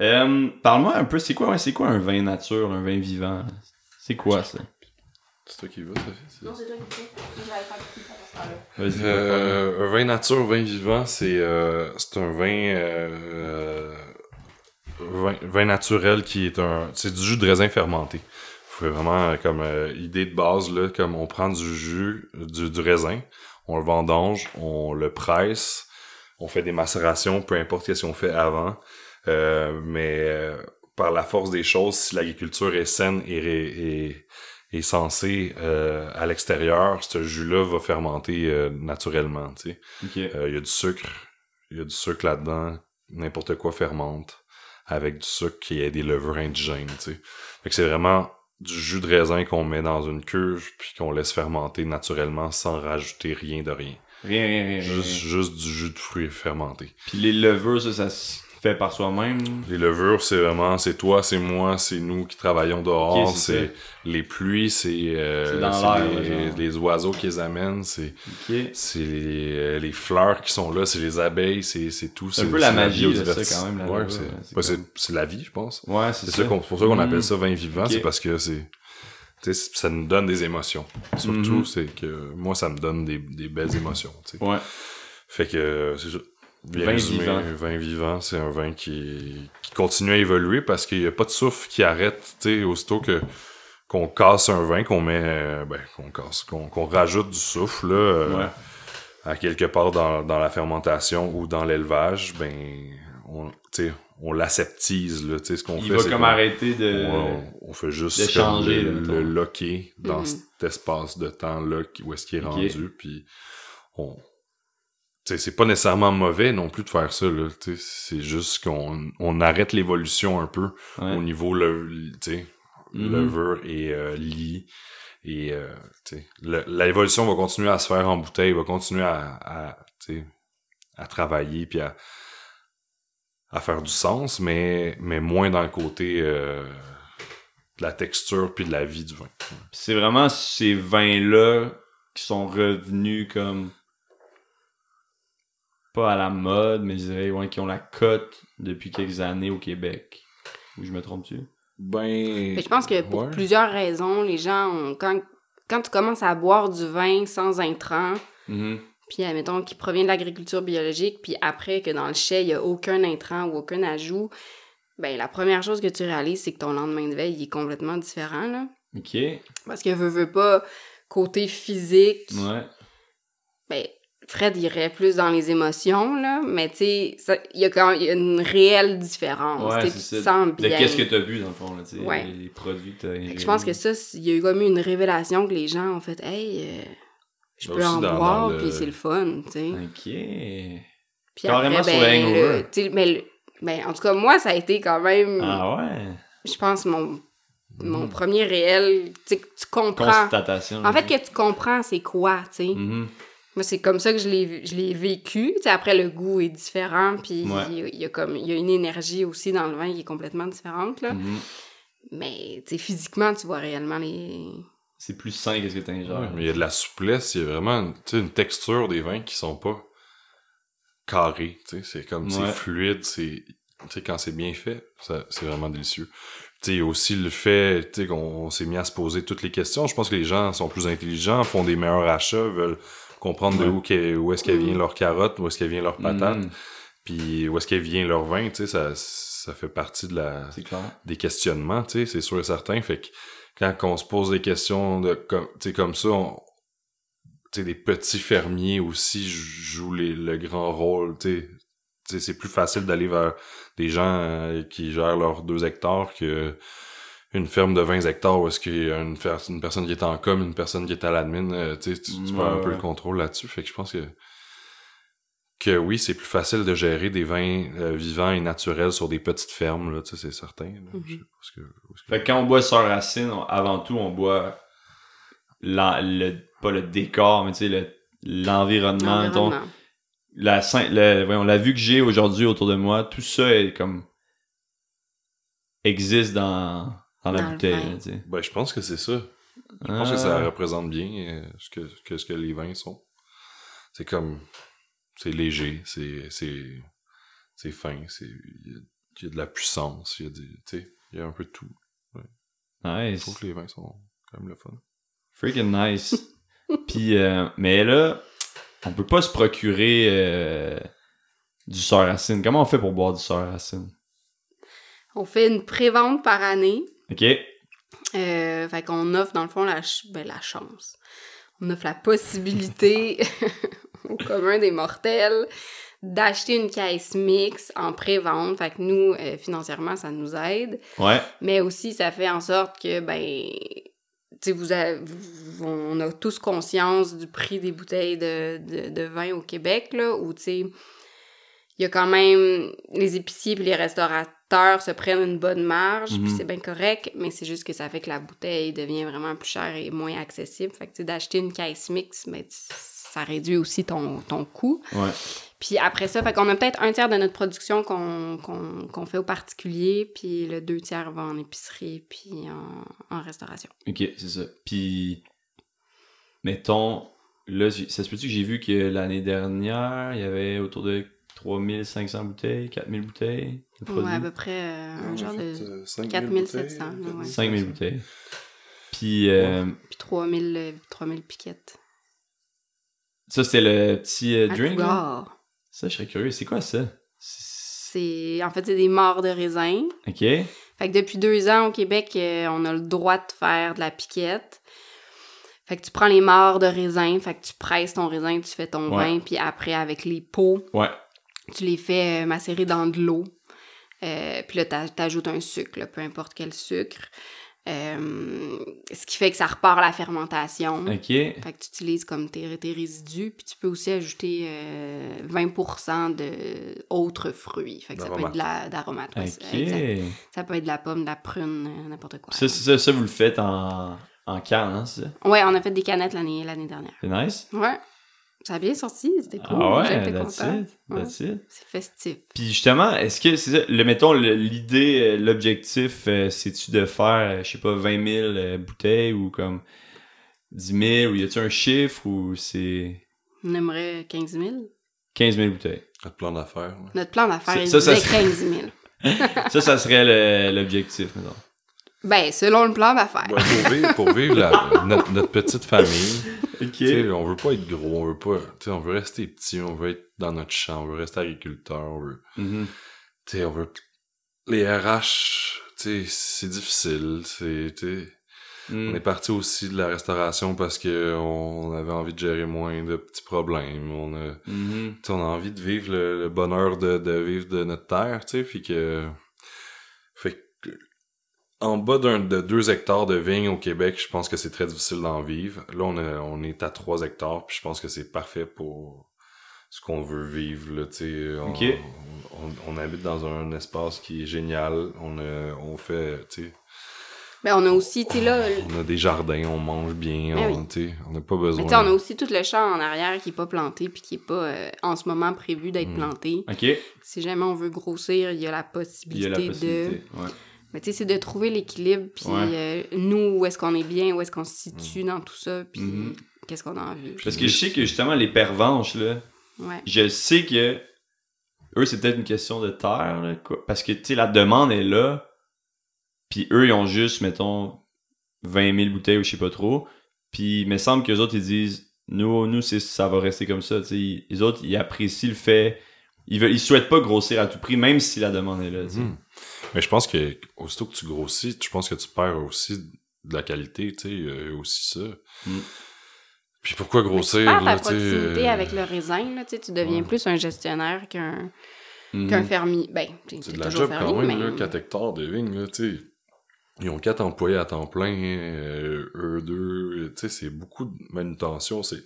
[SPEAKER 1] euh, parle-moi un peu, c'est quoi, ouais, c'est quoi un vin nature, un vin vivant? C'est quoi ça?
[SPEAKER 3] C'est toi qui vas, Sophie? c'est-
[SPEAKER 1] Vas-y.
[SPEAKER 3] Euh, un vin nature, vin vivant, c'est euh, c'est un vin, euh, euh, vin vin naturel qui est un c'est du jus de raisin fermenté. Faut vraiment euh, comme euh, idée de base là, comme on prend du jus du, du raisin, on le vendange, on le presse, on fait des macérations, peu importe ce qu'on fait avant, Euh, mais euh, par la force des choses, si l'agriculture est saine et, ré- et est censé euh, à l'extérieur, ce jus-là va fermenter euh, naturellement. tu sais.
[SPEAKER 1] Ok.
[SPEAKER 3] Euh, Il y a du sucre, il y a du sucre là-dedans, n'importe quoi fermente avec du sucre qui est des levures indigènes. tu sais. Fait que c'est vraiment du jus de raisin qu'on met dans une cuve puis qu'on laisse fermenter naturellement sans rajouter rien de rien.
[SPEAKER 1] Rien, rien, rien, rien.
[SPEAKER 3] Juste, juste du jus de fruits fermenté.
[SPEAKER 1] Puis les levures, ça, ça, s- fait par soi-même.
[SPEAKER 3] Les levures, c'est vraiment, c'est toi, c'est moi, c'est nous qui travaillons dehors,
[SPEAKER 1] Ok, c'est
[SPEAKER 3] c'est les pluies, c'est euh,
[SPEAKER 1] C'est dans
[SPEAKER 3] c'est
[SPEAKER 1] l'air,
[SPEAKER 3] les,
[SPEAKER 1] genre.
[SPEAKER 3] les oiseaux qui les amènent, c'est
[SPEAKER 1] Ok.
[SPEAKER 3] c'est les, euh, les fleurs qui sont là, c'est les abeilles, c'est c'est tout.
[SPEAKER 1] C'est un peu la magie de ça,
[SPEAKER 3] biodiversité.
[SPEAKER 1] quand même, la
[SPEAKER 3] Ouais,
[SPEAKER 1] levure,
[SPEAKER 3] c'est
[SPEAKER 1] hein, c'est
[SPEAKER 3] bah, c'est-
[SPEAKER 1] comme-
[SPEAKER 3] c'est la vie, je pense.
[SPEAKER 1] Ouais, c'est
[SPEAKER 3] C'est
[SPEAKER 1] ça.
[SPEAKER 3] ça qu'on- c'est pour ça qu'on
[SPEAKER 1] Mm.
[SPEAKER 3] appelle ça vin vivant,
[SPEAKER 1] Ok.
[SPEAKER 3] c'est parce que c'est tu sais, ça nous donne des émotions. Surtout,
[SPEAKER 1] Mhm.
[SPEAKER 3] c'est que moi, ça me donne des, des belles émotions. tu sais.
[SPEAKER 1] Ouais.
[SPEAKER 3] Fait que euh, c'est ça. Bien
[SPEAKER 1] Vin
[SPEAKER 3] résumé,
[SPEAKER 1] vivant.
[SPEAKER 3] vin vivant, c'est un vin qui, qui continue à évoluer parce qu'il n'y a pas de souffle qui arrête, tu sais, aussitôt que qu'on casse un vin, qu'on met, euh, ben, qu'on casse, qu'on qu'on rajoute du souffle, là, euh,
[SPEAKER 1] Ouais.
[SPEAKER 3] à quelque part dans, dans la fermentation ou dans l'élevage, ben, on, tu sais, on l'aseptise, là, tu sais, ce qu'on fait.
[SPEAKER 1] Il va
[SPEAKER 3] c'est
[SPEAKER 1] comme
[SPEAKER 3] qu'on-
[SPEAKER 1] arrêter de.
[SPEAKER 3] on, on fait juste
[SPEAKER 1] de
[SPEAKER 3] comme
[SPEAKER 1] changer,
[SPEAKER 3] le,
[SPEAKER 1] là, mettons.
[SPEAKER 3] le locker dans
[SPEAKER 2] Mhm.
[SPEAKER 3] cet espace de temps-là qui- où est-ce qu'il est
[SPEAKER 1] Ok.
[SPEAKER 3] rendu, puis on... tu sais, c'est pas nécessairement mauvais non plus de faire ça, là, tu sais, c'est juste qu'on on arrête l'évolution un peu
[SPEAKER 1] Ouais.
[SPEAKER 3] au niveau le, tu sais,
[SPEAKER 1] Mhm.
[SPEAKER 3] levure et euh, lit, et euh, tu sais, le- l'évolution va continuer à se faire en bouteille, va continuer à, à, tu sais, à travailler, puis à à faire du sens, mais, mais moins dans le côté euh, de la texture puis de la vie du vin.
[SPEAKER 1] Puis c'est vraiment ces vins-là qui sont revenus comme. Pas à la mode, mais je dirais ouais, qui ont la cote depuis quelques années au Québec. Ou je me trompe-tu?
[SPEAKER 3] Ben.
[SPEAKER 2] Mais je pense que pour
[SPEAKER 3] ouais.
[SPEAKER 2] plusieurs raisons, les gens ont. Quand, quand tu commences à boire du vin sans intrants,
[SPEAKER 1] Mm-hmm.
[SPEAKER 2] puis admettons qui provient de l'agriculture biologique, puis après que dans le chai, il n'y a aucun intrant ou aucun ajout, ben la première chose que tu réalises, c'est que ton lendemain de veille, il est complètement différent, là.
[SPEAKER 1] Ok. Ouais.
[SPEAKER 2] Parce que veux, veux pas, côté physique, ben, Fred irait plus dans les émotions, là, mais tu sais, ça- il y a quand il y a une réelle différence.
[SPEAKER 1] Ouais,
[SPEAKER 2] tu sais,
[SPEAKER 1] c'est
[SPEAKER 2] tu te
[SPEAKER 1] ça.
[SPEAKER 2] sens
[SPEAKER 1] De
[SPEAKER 2] bien.
[SPEAKER 1] qu'est-ce que t'as bu dans le fond, là, tu sais,
[SPEAKER 2] Ouais.
[SPEAKER 1] les, les produits que t'as
[SPEAKER 2] Fait que
[SPEAKER 1] ingérés.
[SPEAKER 2] Je pense que ça, c- il y a eu comme eu une révélation que les gens ont fait Hey, euh, je
[SPEAKER 3] Ben
[SPEAKER 2] peux
[SPEAKER 3] aussi
[SPEAKER 2] en
[SPEAKER 3] dans-
[SPEAKER 2] boire,
[SPEAKER 3] dans le-
[SPEAKER 2] puis c'est le fun, tu sais.
[SPEAKER 1] Ok.
[SPEAKER 2] Puis
[SPEAKER 1] Carrément
[SPEAKER 2] après,
[SPEAKER 1] sur le
[SPEAKER 2] ben,
[SPEAKER 1] hangover.
[SPEAKER 2] le- tu sais, mais le- ben, en tout cas, moi, ça a été quand même,
[SPEAKER 1] Ah ouais. Mm.
[SPEAKER 2] je pense, mon, mon premier réel. Tu sais, que tu comprends.
[SPEAKER 1] Constatation.
[SPEAKER 2] En fait, que Mm-hmm. tu comprends, c'est quoi, tu sais.
[SPEAKER 1] Mhm.
[SPEAKER 2] Moi, c'est comme ça que je l'ai je l'ai vécu. Tu sais, après, le goût est différent, puis il
[SPEAKER 1] Ouais.
[SPEAKER 2] y a- il y, a comme il y a une énergie aussi dans le vin qui est complètement différente. Là.
[SPEAKER 1] Mhm.
[SPEAKER 2] Mais tu sais, physiquement, tu vois réellement les.
[SPEAKER 1] C'est plus sain qu'est-ce que
[SPEAKER 3] Ouais,
[SPEAKER 1] t'ingères.
[SPEAKER 3] mais il y a de la souplesse, il y a vraiment une, tu sais, une texture des vins qui sont pas carrés. tu sais, C'est comme
[SPEAKER 1] Ouais.
[SPEAKER 3] c'est fluide, c'est. tu sais, quand c'est bien fait, ça- c'est vraiment délicieux. Tu sais, il y a aussi le fait tu sais, qu'on on s'est mis à se poser toutes les questions. Je pense que les gens sont plus intelligents, font des meilleurs achats, veulent comprendre de
[SPEAKER 1] Ouais.
[SPEAKER 3] où, qu'est- où est-ce qu'elle vient leur carotte, où est-ce qu'elle vient leur patate.
[SPEAKER 1] Mhm.
[SPEAKER 3] puis où est-ce qu'elle vient leur vin, tu sais, ça, ça fait partie de la,
[SPEAKER 1] C'est clair.
[SPEAKER 3] des questionnements, tu sais, c'est sûr et certain. Fait que quand on se pose des questions de, comme, tu sais, comme ça, on, tu sais, des petits fermiers aussi jou- jouent les- le grand rôle, tu sais. Tu sais, c'est plus facile d'aller vers des gens euh, qui gèrent leurs deux hectares que une ferme de 20 hectares où est-ce qu'il y a une, fer- une personne qui est en com, une personne qui est à l'admin, euh, tu sais, tu, tu
[SPEAKER 1] Ouais,
[SPEAKER 3] perds un peu
[SPEAKER 1] ouais.
[SPEAKER 3] le contrôle là-dessus. Fait que je pense que que oui, c'est plus facile de gérer des vins euh, vivants et naturels sur des petites fermes, là, tu sais, c'est certain. là.
[SPEAKER 2] Mhm.
[SPEAKER 3] Je sais pas ce que- où est-ce que-
[SPEAKER 1] Fait que quand on boit Sœur Racine, on- avant tout, on boit l'en- le, pas le décor, mais tu sais, le- l'environnement. mettons.
[SPEAKER 2] l'environnement.
[SPEAKER 1] la, scène- le- voyons, la vue que j'ai aujourd'hui autour de moi, tout ça est comme. existe dans, dans la
[SPEAKER 2] Dans le
[SPEAKER 1] bouteille,
[SPEAKER 2] vin.
[SPEAKER 1] là, tu sais.
[SPEAKER 3] Ben, je pense que c'est ça. Je
[SPEAKER 1] Ah.
[SPEAKER 3] pense que ça représente bien euh, ce que, que- ce que les vins sont. C'est comme. C'est léger, c'est. C'est, c'est fin, c'est. Il y, a- il y a de la puissance, il y a des. Tu sais, il y a un peu de tout. Je
[SPEAKER 1] Ah, Nice.
[SPEAKER 3] trouve que les vins sont quand même le fun.
[SPEAKER 1] Freaking nice. Puis, euh, mais là, on peut pas se procurer euh, du Sœur Racine. Comment on fait pour boire du Sœur Racine?
[SPEAKER 2] On fait une prévente par année.
[SPEAKER 1] Ok.
[SPEAKER 2] Euh, fait qu'on offre, dans le fond, la, ch- ben, la chance. On offre la possibilité au commun des mortels d'acheter une caisse mix en pré-vente. Fait que nous, euh, financièrement, ça nous aide.
[SPEAKER 1] Ouais.
[SPEAKER 2] Mais aussi, ça fait en sorte que, ben, tu sais, vous, a- vous- on a tous conscience du prix des bouteilles de, de, de vin au Québec, là, où, tu sais, il y a quand même les épiciers puis les restaurateurs se prennent une bonne marge, puis
[SPEAKER 1] Mhm.
[SPEAKER 2] c'est bien correct, mais c'est juste que ça fait que la bouteille devient vraiment plus chère et moins accessible. Fait que, tu sais, d'acheter une caisse mix, mais ça réduit aussi ton, ton coût.
[SPEAKER 1] Ouais.
[SPEAKER 2] Puis après ça, fait qu'on a peut-être un tiers de notre production qu'on qu'on qu'on fait aux particuliers, puis le deux tiers va en épicerie, puis en, en restauration.
[SPEAKER 1] Ok, c'est ça. Puis, mettons, là, j'ai- ça se peut-tu que j'ai vu que l'année dernière, il y avait autour de 3500 bouteilles, 4000 bouteilles de produits,
[SPEAKER 2] Ouais, à peu près euh, un genre de... 4700, ouais.
[SPEAKER 1] 5000 bouteilles. Puis, euh,
[SPEAKER 2] Puis 3000, euh, 3000 piquettes. Ah,
[SPEAKER 1] ça, c'était le petit euh,
[SPEAKER 2] À
[SPEAKER 1] drink. là?
[SPEAKER 2] Cougar.
[SPEAKER 1] Ça, je serais curieux. C'est quoi ça? C'est-
[SPEAKER 2] C'est... En fait, c'est des morts de raisin.
[SPEAKER 1] Ok.
[SPEAKER 2] Fait que depuis deux ans au Québec, euh, on a le droit de faire de la piquette. Fait que tu prends les morts de raisin, fait que tu presses ton raisin, tu fais ton
[SPEAKER 1] Ouais.
[SPEAKER 2] vin, puis après, avec les pots,
[SPEAKER 1] Ouais.
[SPEAKER 2] tu les fais euh, macérer dans de l'eau. Euh, puis là, t'a- t'ajoutes un sucre, là, peu importe quel sucre. Euh, ce qui fait que ça repart la fermentation.
[SPEAKER 1] Ok.
[SPEAKER 2] Fait que tu utilises comme tes, tes résidus, puis tu peux aussi ajouter euh, 20% de autres fruits. Fait que ça peut être de la- d'aromate. ouais,
[SPEAKER 1] Ok.
[SPEAKER 2] c'est- exact. Ça peut être de la pomme, de la prune, euh, n'importe quoi.
[SPEAKER 1] Ça, c'est ça, ça, vous le faites en, en canne, hein, c'est ça?
[SPEAKER 2] Ouais, on a fait des canettes l'année l'année dernière.
[SPEAKER 1] C'est nice?
[SPEAKER 2] Ouais. Ça a bien sorti, c'était cool.
[SPEAKER 1] ah ouais,
[SPEAKER 2] J'étais
[SPEAKER 1] that's
[SPEAKER 2] contente.
[SPEAKER 1] it. That's it.
[SPEAKER 2] C'est festif.
[SPEAKER 1] Puis justement, est-ce que c'est ça, le, mettons, le- l'idée, euh, l'objectif, euh, c'est-tu de faire, euh, je sais pas, 20 000 euh, bouteilles ou comme 10 000 ou y a-tu un chiffre ou c'est
[SPEAKER 2] On aimerait 15 000.
[SPEAKER 1] 15 000 bouteilles?
[SPEAKER 3] Un plan d'affaires. ouais.
[SPEAKER 2] Notre plan d'affaires,
[SPEAKER 1] C'est-
[SPEAKER 2] il
[SPEAKER 1] ça, ça
[SPEAKER 2] disait
[SPEAKER 1] serait-
[SPEAKER 2] 15 000.
[SPEAKER 1] ça, ça serait le- l'objectif, mettons.
[SPEAKER 2] Ben, selon le plan d'affaires.
[SPEAKER 3] Ouais, pour vivre, pour vivre la- notre, notre petite famille,
[SPEAKER 1] Ok.
[SPEAKER 3] tu sais, on veut pas être gros, on veut pas, tu sais, on veut rester petit, on veut être dans notre champ, on veut rester agriculteur, on veut, tu sais, on veut, les RH, tu sais, c'est difficile, c'est, tu sais,
[SPEAKER 1] Mm.
[SPEAKER 3] on
[SPEAKER 1] Mhm.
[SPEAKER 3] est parti aussi de la restauration parce que on avait envie de gérer moins de petits problèmes, on a,
[SPEAKER 1] Mhm.
[SPEAKER 3] Tu sais, on a envie de vivre le, le bonheur de, de vivre de notre terre, tu sais, puis que... Fait que... En bas d'un, de 2 hectares de vignes au Québec, je pense que c'est très difficile d'en vivre. Là, on, a- on est à 3 hectares, puis je pense que c'est parfait pour ce qu'on veut vivre, là, tu sais. On,
[SPEAKER 1] Ok.
[SPEAKER 3] on- on habite dans un espace qui est génial. On, a- on fait, tu sais...
[SPEAKER 2] Ben, on a aussi, tu sais, là. le-
[SPEAKER 3] On a des jardins, on mange bien,
[SPEAKER 2] Ben
[SPEAKER 3] on, tu sais, on n'a pas besoin...
[SPEAKER 2] Mais tu sais, on a aussi tout le champ en arrière qui est pas planté puis qui est pas euh, en ce moment prévu d'être
[SPEAKER 3] Mm.
[SPEAKER 2] planté.
[SPEAKER 1] Ok,
[SPEAKER 2] Si jamais on veut grossir, il y a la
[SPEAKER 1] il y
[SPEAKER 2] possibilité,
[SPEAKER 1] a la
[SPEAKER 2] de.
[SPEAKER 1] possibilité. Ouais.
[SPEAKER 2] Mais tu sais, c'est de trouver l'équilibre puis
[SPEAKER 1] Ouais.
[SPEAKER 2] euh, nous où est-ce qu'on est bien, où est-ce qu'on se
[SPEAKER 3] Mm.
[SPEAKER 2] situe dans tout ça puis
[SPEAKER 3] Mm-hmm.
[SPEAKER 1] Mhm.
[SPEAKER 2] qu'est-ce qu'on a envie.
[SPEAKER 1] Parce que je sais que justement, les pervenches, là,
[SPEAKER 2] Ouais.
[SPEAKER 1] je sais que eux, c'est peut-être une question de terre, là, quoi. parce que, tu sais, la demande est là, puis eux, ils ont juste, mettons, 20 000 bouteilles ou je sais pas trop, puis il me semble que les autres, ils disent, nous, nous c'est, ça va rester comme ça, tu sais, les autres, ils apprécient le fait, ils, veulent, ils souhaitent pas grossir à tout prix, même si la demande est là, tu sais.
[SPEAKER 2] Hmm.
[SPEAKER 3] Mhm. Mais je pense que aussitôt que tu grossis, je pense que tu perds aussi de la qualité, tu sais, euh, aussi ça.
[SPEAKER 1] Mm.
[SPEAKER 3] Puis pourquoi
[SPEAKER 2] Hmm. Tu
[SPEAKER 3] grossir
[SPEAKER 2] perds ta
[SPEAKER 3] là, tu sais,
[SPEAKER 2] proximité
[SPEAKER 3] euh,
[SPEAKER 2] avec le raisin, là, tu sais, tu deviens
[SPEAKER 3] ouais. Mm-hmm.
[SPEAKER 2] plus un gestionnaire qu'un
[SPEAKER 1] Mhm.
[SPEAKER 2] qu'un fermier. Ben, tu es
[SPEAKER 3] C'est de la
[SPEAKER 2] toujours
[SPEAKER 3] job
[SPEAKER 2] fermier,
[SPEAKER 3] quand même,
[SPEAKER 2] mais...
[SPEAKER 3] là, 4 hectares de vignes, là, tu sais. Ils ont quatre employés à temps plein, euh, eux deux, euh, tu sais, c'est beaucoup de manutention, c'est...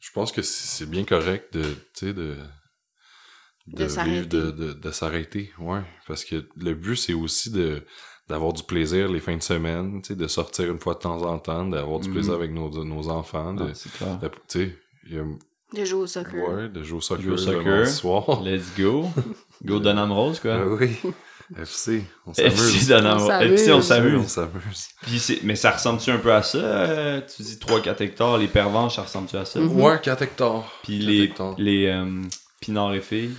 [SPEAKER 3] Je pense que c'est c'est bien correct de, tu sais, de...
[SPEAKER 2] De s'arrêter.
[SPEAKER 3] vivre, de, de, de s'arrêter, ouais. Parce que le but, c'est aussi de d'avoir du plaisir les fins de semaine, tu sais, de sortir une fois de temps en temps, d'avoir du
[SPEAKER 1] Mhm.
[SPEAKER 3] plaisir avec nos, nos enfants, de...
[SPEAKER 1] Ah, c'est clair.
[SPEAKER 3] de- tu sais, il y a-
[SPEAKER 2] De jouer au soccer.
[SPEAKER 3] ouais, de jouer au soccer,
[SPEAKER 1] au
[SPEAKER 3] le
[SPEAKER 1] soccer.
[SPEAKER 3] vendredi soir.
[SPEAKER 1] Let's go. Go Donham Rose, quoi.
[SPEAKER 3] Ben oui. FC, on
[SPEAKER 1] FC
[SPEAKER 3] s'amuse.
[SPEAKER 1] Donham
[SPEAKER 2] On
[SPEAKER 1] Rose. FC, on s'amuse.
[SPEAKER 2] s'amuse.
[SPEAKER 3] On s'amuse.
[SPEAKER 1] Puis c'est- mais ça ressemble-tu un peu à ça? euh, tu dis 3-4 hectares, les pervenches, ça ressemble-tu à ça?
[SPEAKER 2] Mhm.
[SPEAKER 3] Ouais, 4 hectares.
[SPEAKER 1] Puis
[SPEAKER 3] Quatre
[SPEAKER 1] les,
[SPEAKER 3] hectares.
[SPEAKER 1] les euh, pinards et filles.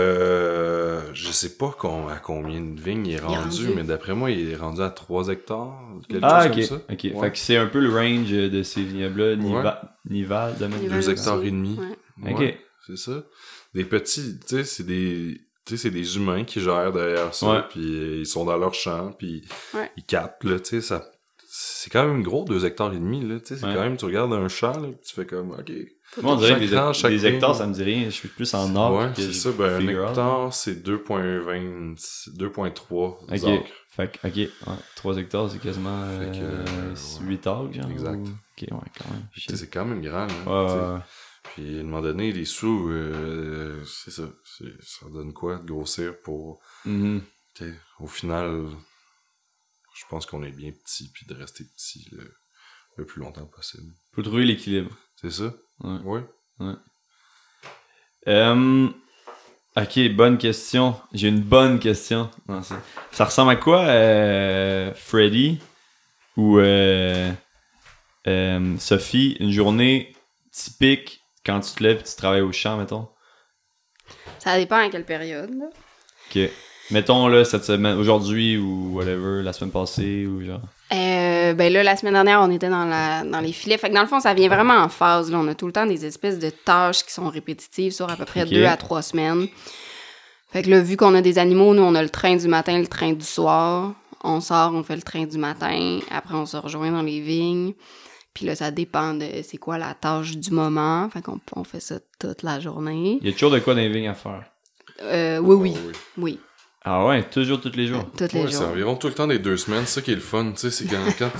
[SPEAKER 3] Euh, je sais pas com- à combien de vignes il est rendu,
[SPEAKER 2] rendu.
[SPEAKER 3] mais d'après moi, il est rendu à 3 hectares. Quelque
[SPEAKER 1] Ah,
[SPEAKER 3] chose
[SPEAKER 1] ok.
[SPEAKER 3] comme ça.
[SPEAKER 1] ok.
[SPEAKER 3] Ouais.
[SPEAKER 1] Fait que c'est un peu le range euh, de ces vignobles-là. Niva, Nival, domaine
[SPEAKER 2] Nival.
[SPEAKER 3] 2
[SPEAKER 2] Ouais,
[SPEAKER 3] hectares
[SPEAKER 2] aussi.
[SPEAKER 3] et demi.
[SPEAKER 2] Ouais.
[SPEAKER 1] Ok.
[SPEAKER 3] Ouais, c'est ça. Des petits, tu sais, c'est des. Tu sais, c'est des humains qui gèrent derrière
[SPEAKER 1] Ouais.
[SPEAKER 3] ça, puis euh, ils sont dans leur champ, puis
[SPEAKER 2] Ouais.
[SPEAKER 3] ils captent, là, tu sais, ça... C'est quand même gros, 2 hectares et demi, là, tu sais, c'est
[SPEAKER 1] Ouais.
[SPEAKER 3] quand même, tu regardes un champ, là, tu fais comme, ok,
[SPEAKER 1] Moi, on dirait que
[SPEAKER 3] Chaque
[SPEAKER 1] les,
[SPEAKER 3] rang, chaque
[SPEAKER 1] les hectares,
[SPEAKER 3] vigne.
[SPEAKER 1] ça me dit rien. Je suis plus en nord.
[SPEAKER 3] Ouais,
[SPEAKER 1] que
[SPEAKER 3] c'est
[SPEAKER 1] je
[SPEAKER 3] ça. Ben, un
[SPEAKER 1] figure out.
[SPEAKER 3] hectare, c'est 2.20, 2.3
[SPEAKER 1] Ok.
[SPEAKER 3] acres.
[SPEAKER 1] Fait que, ok. ouais, 3 hectares, c'est quasiment
[SPEAKER 3] Fait que, euh,
[SPEAKER 1] 8 acres, genre.
[SPEAKER 3] Exact.
[SPEAKER 1] ou- Ok, ouais, quand même.
[SPEAKER 3] Tu sais,
[SPEAKER 1] Shit.
[SPEAKER 3] C'est quand même grand. là,
[SPEAKER 1] Ouais, ouais,
[SPEAKER 3] tu sais.
[SPEAKER 1] ouais.
[SPEAKER 3] Puis, à un moment donné, les sous, euh, c'est ça. C'est- Ça donne quoi de grossir pour.
[SPEAKER 1] Mhm.
[SPEAKER 3] tu sais, Au final, je pense qu'on est bien petit, puis de rester petit. Le, le plus longtemps possible.
[SPEAKER 1] Faut trouver l'équilibre.
[SPEAKER 3] C'est ça?
[SPEAKER 1] Ouais.
[SPEAKER 3] Oui.
[SPEAKER 1] Euh, ok, bonne question. J'ai une bonne question. Non, c'est- ça ressemble à quoi, euh, Freddy ou euh, euh, Sophie, une journée typique quand tu te lèves et tu travailles au champ, mettons?
[SPEAKER 2] Ça dépend à quelle période. là.
[SPEAKER 1] Ok. Mettons là, cette semaine, aujourd'hui ou whatever, la semaine passée ou genre.
[SPEAKER 2] Euh, ben là, la semaine dernière, on était dans, la, dans les filets. Fait que dans le fond, ça vient vraiment en phase. Là. On a tout le temps des espèces de tâches qui sont répétitives sur à peu près
[SPEAKER 1] Ok.
[SPEAKER 2] deux à trois semaines. Fait que là, vu qu'on a des animaux, nous, on a le train du matin, le train du soir. On sort, on fait le train du matin. Après, on se rejoint dans les vignes. Puis là, ça dépend de c'est quoi la tâche du moment. Fait qu'on on fait ça toute la journée.
[SPEAKER 1] Il y a toujours de quoi dans les vignes à faire.
[SPEAKER 2] Euh, oui, oui,
[SPEAKER 3] Ah oui.
[SPEAKER 2] oui.
[SPEAKER 1] Ah ouais, toujours, tous les jours.
[SPEAKER 2] Toutes les
[SPEAKER 3] Ouais, c'est
[SPEAKER 2] jours.
[SPEAKER 3] environ tout le temps des deux semaines. C'est ça qui est le fun, tu sais. C'est quand, quand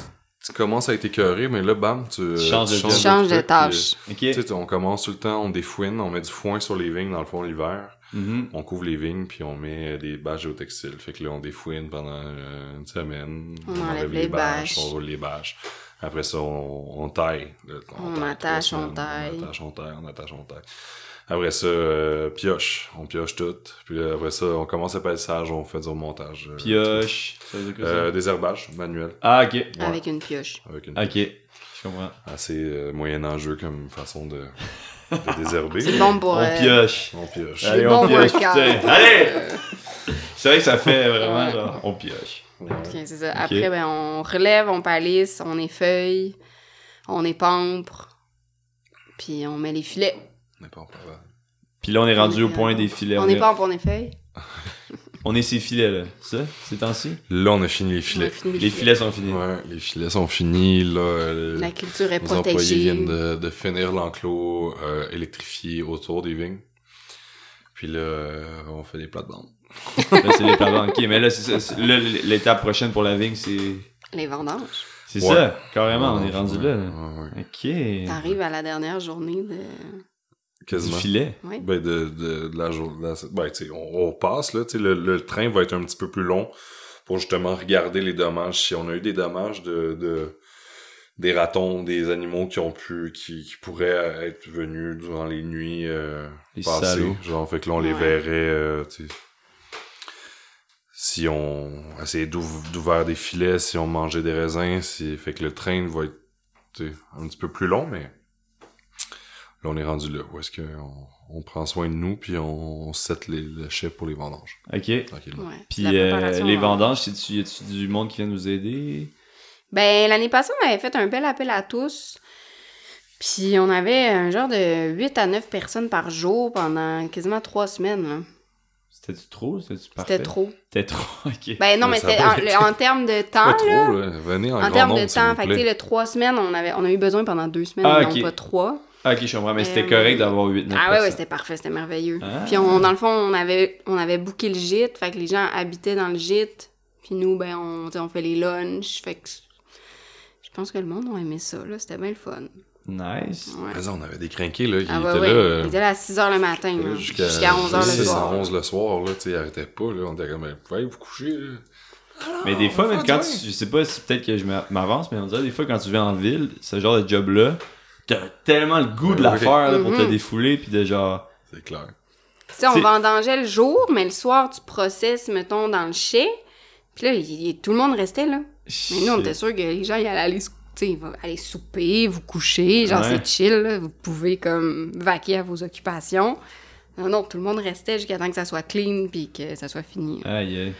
[SPEAKER 3] tu commences à être écœuré, mais là, bam, tu, euh,
[SPEAKER 1] changes de
[SPEAKER 2] Tu
[SPEAKER 1] job.
[SPEAKER 2] changes de
[SPEAKER 3] truc,
[SPEAKER 2] tâche.
[SPEAKER 1] Ok.
[SPEAKER 3] puis, euh, Tu sais, on commence tout le temps, on défouine, on met du foin sur les vignes, dans le fond, l'hiver.
[SPEAKER 1] Mhm.
[SPEAKER 3] On couvre les vignes, puis on met des bâches géotextiles. Fait que là, on défouine pendant euh, une semaine.
[SPEAKER 2] On enlève les bâches.
[SPEAKER 3] On roule les bâches. Après ça, on, on taille. Là,
[SPEAKER 2] On
[SPEAKER 3] taille
[SPEAKER 2] attache,
[SPEAKER 3] trois
[SPEAKER 2] on
[SPEAKER 3] semaines,
[SPEAKER 2] taille.
[SPEAKER 3] On attache, on taille, on attache, on taille. Après ça, euh, pioche. On pioche tout. Puis là, après ça, on commence à palissage, on fait du montage.
[SPEAKER 1] Pioche. ça veut dire quoi, ça?
[SPEAKER 3] Euh, des herbages manuels.
[SPEAKER 1] Ah ok.
[SPEAKER 3] Ouais,
[SPEAKER 2] Avec une pioche.
[SPEAKER 3] avec une
[SPEAKER 1] Ok. Je comprends.
[SPEAKER 3] assez euh, moyen enjeu comme façon de, de désherber.
[SPEAKER 2] C'est bon pour...
[SPEAKER 1] On
[SPEAKER 2] euh,
[SPEAKER 1] pioche.
[SPEAKER 3] On pioche.
[SPEAKER 2] Allez, bon workout.
[SPEAKER 1] putain. Allez! C'est vrai que ça fait vraiment genre, on pioche.
[SPEAKER 3] Ouais.
[SPEAKER 2] Ok, c'est ça. Après, ben, on relève, on palisse, on effeuille, on épampre, puis on met les filets.
[SPEAKER 3] On n'est pas en parlant.
[SPEAKER 1] Puis là, on est rendu
[SPEAKER 2] On
[SPEAKER 1] au
[SPEAKER 2] est-
[SPEAKER 1] point des filets.
[SPEAKER 2] on
[SPEAKER 1] on, est,
[SPEAKER 2] épampe, on effeuille.
[SPEAKER 1] on est ces filets là. Ça, ces temps-ci?
[SPEAKER 3] Là, on a fini les
[SPEAKER 2] On
[SPEAKER 3] filets.
[SPEAKER 2] finit
[SPEAKER 1] Les filets sont finis.
[SPEAKER 3] Ouais, les filets sont finis. Là, euh,
[SPEAKER 2] La culture est
[SPEAKER 3] les employés
[SPEAKER 2] protégée.
[SPEAKER 3] viennent de, de finir l'enclos euh, électrifié autour des vignes. Puis là, euh, on fait des plates-bandes.
[SPEAKER 1] Là, c'est les plates-bandes. Ok, mais là, c'est ça, c'est- là, l'étape prochaine pour la vigne, c'est.
[SPEAKER 2] Les vendanges.
[SPEAKER 1] C'est
[SPEAKER 3] Ouais.
[SPEAKER 1] ça, carrément, on est rendu
[SPEAKER 3] Ouais,
[SPEAKER 1] là. là.
[SPEAKER 3] ouais, ouais.
[SPEAKER 1] Ok.
[SPEAKER 2] T'arrives à la dernière journée de...
[SPEAKER 1] Du
[SPEAKER 3] Quasiment.
[SPEAKER 1] filet.
[SPEAKER 2] Ouais.
[SPEAKER 3] Ben, de, de, de la journée. Ben, tu sais, on, on passe, là. Tu sais, le, le train va être un petit peu plus long pour justement regarder les dommages. Si on a eu des dommages de, de des ratons, des animaux qui ont pu, qui, qui pourraient être venus durant les nuits euh,
[SPEAKER 1] Les
[SPEAKER 3] passées.
[SPEAKER 1] salauds.
[SPEAKER 3] Genre, fait que là, on les
[SPEAKER 2] Ouais.
[SPEAKER 3] verrait, euh, tu sais. Si on essayait d'ouv- d'ouvrir des filets, si on mangeait des raisins, si... fait que le train va être tu sais, un petit peu plus long, mais là, on est rendu là. Où est-ce qu'on on prend soin de nous, puis on, on set les, le chef pour les vendanges,
[SPEAKER 1] Ok.
[SPEAKER 3] tranquillement.
[SPEAKER 2] Ouais,
[SPEAKER 1] Puis
[SPEAKER 2] la
[SPEAKER 1] euh,
[SPEAKER 2] préparation hein.
[SPEAKER 1] les
[SPEAKER 2] avant.
[SPEAKER 1] vendanges, c'est-tu- y a-tu du monde qui vient nous aider?
[SPEAKER 2] Ben, l'année passée, on avait fait un bel appel à tous. Puis on avait un genre de 8 à 9 personnes par jour pendant quasiment 3 semaines. là.
[SPEAKER 1] C'était-tu trop? C'était-tu parfait?
[SPEAKER 2] C'était trop.
[SPEAKER 1] C'était trop, ok.
[SPEAKER 2] Ben non,
[SPEAKER 3] Mais
[SPEAKER 2] mais
[SPEAKER 3] ça
[SPEAKER 2] c'était
[SPEAKER 3] a
[SPEAKER 2] en,
[SPEAKER 3] pas été-
[SPEAKER 2] le- en termes de temps,
[SPEAKER 3] Pas
[SPEAKER 2] Ah, là,
[SPEAKER 3] trop, là. Venez en,
[SPEAKER 2] En
[SPEAKER 3] grand
[SPEAKER 2] termes
[SPEAKER 3] nombre,
[SPEAKER 2] de
[SPEAKER 3] s'il
[SPEAKER 2] temps,
[SPEAKER 3] vous
[SPEAKER 2] fait que,
[SPEAKER 3] plaît.
[SPEAKER 2] tu sais, le trois semaines, on, avait, on a eu besoin pendant deux semaines,
[SPEAKER 1] Ah,
[SPEAKER 2] et non
[SPEAKER 1] ok.
[SPEAKER 2] pas trois.
[SPEAKER 1] Ah, ok, je comprends, mais c'était
[SPEAKER 2] Euh,
[SPEAKER 1] correct d'avoir 8-9
[SPEAKER 2] Ah ouais, ouais, c'était parfait, c'était merveilleux.
[SPEAKER 1] Ah.
[SPEAKER 2] Puis on, dans le fond, on avait, on avait booké le gîte, fait que les gens habitaient dans le gîte. Puis nous, ben, on, tu sais, on fait les lunchs, fait que je pense que le monde a aimé ça, là, c'était bien le fun.
[SPEAKER 1] Nice.
[SPEAKER 2] Ouais.
[SPEAKER 3] Mais on avait des crinqués, là. Ils
[SPEAKER 2] Ah ouais,
[SPEAKER 3] étaient
[SPEAKER 2] ouais.
[SPEAKER 3] Ah, là... euh,
[SPEAKER 2] Il était là à 6 h le matin, là,
[SPEAKER 3] jusqu'à
[SPEAKER 2] jusqu'à 11 h le
[SPEAKER 3] jusqu'à
[SPEAKER 2] soir.
[SPEAKER 3] 11 le soir, là, tu sais, ils arrêtaient pas, là. On était comme, allez vous coucher, là.
[SPEAKER 1] Mais
[SPEAKER 2] Ah,
[SPEAKER 1] des fois,
[SPEAKER 3] on va
[SPEAKER 1] même
[SPEAKER 3] faire
[SPEAKER 1] quand
[SPEAKER 3] du
[SPEAKER 1] tu. Je sais pas si peut-être que je m'a- m'avance, mais on dirait des fois quand tu viens en ville, ce genre de job-là, t'as tellement le goût de
[SPEAKER 3] Ouais,
[SPEAKER 1] la
[SPEAKER 3] ouais.
[SPEAKER 1] faire là, pour te
[SPEAKER 2] Mhm.
[SPEAKER 1] défouler, puis de genre.
[SPEAKER 3] C'est clair.
[SPEAKER 2] Tu sais, on
[SPEAKER 1] C'est-
[SPEAKER 2] vendangeait le jour, mais le soir, tu processes, mettons, dans le chai. Puis là, il- il- tout le monde restait, là. Mais nous, on était sûrs que les gens, ils allaient aller, sou- tu sais, ils vont aller souper, vous coucher, genre
[SPEAKER 1] Ouais.
[SPEAKER 2] c'est chill, là, vous pouvez comme vaquer à vos occupations. Non, non, tout le monde restait jusqu'à temps que ça soit clean puis que ça soit fini.
[SPEAKER 1] Aïe, aïe.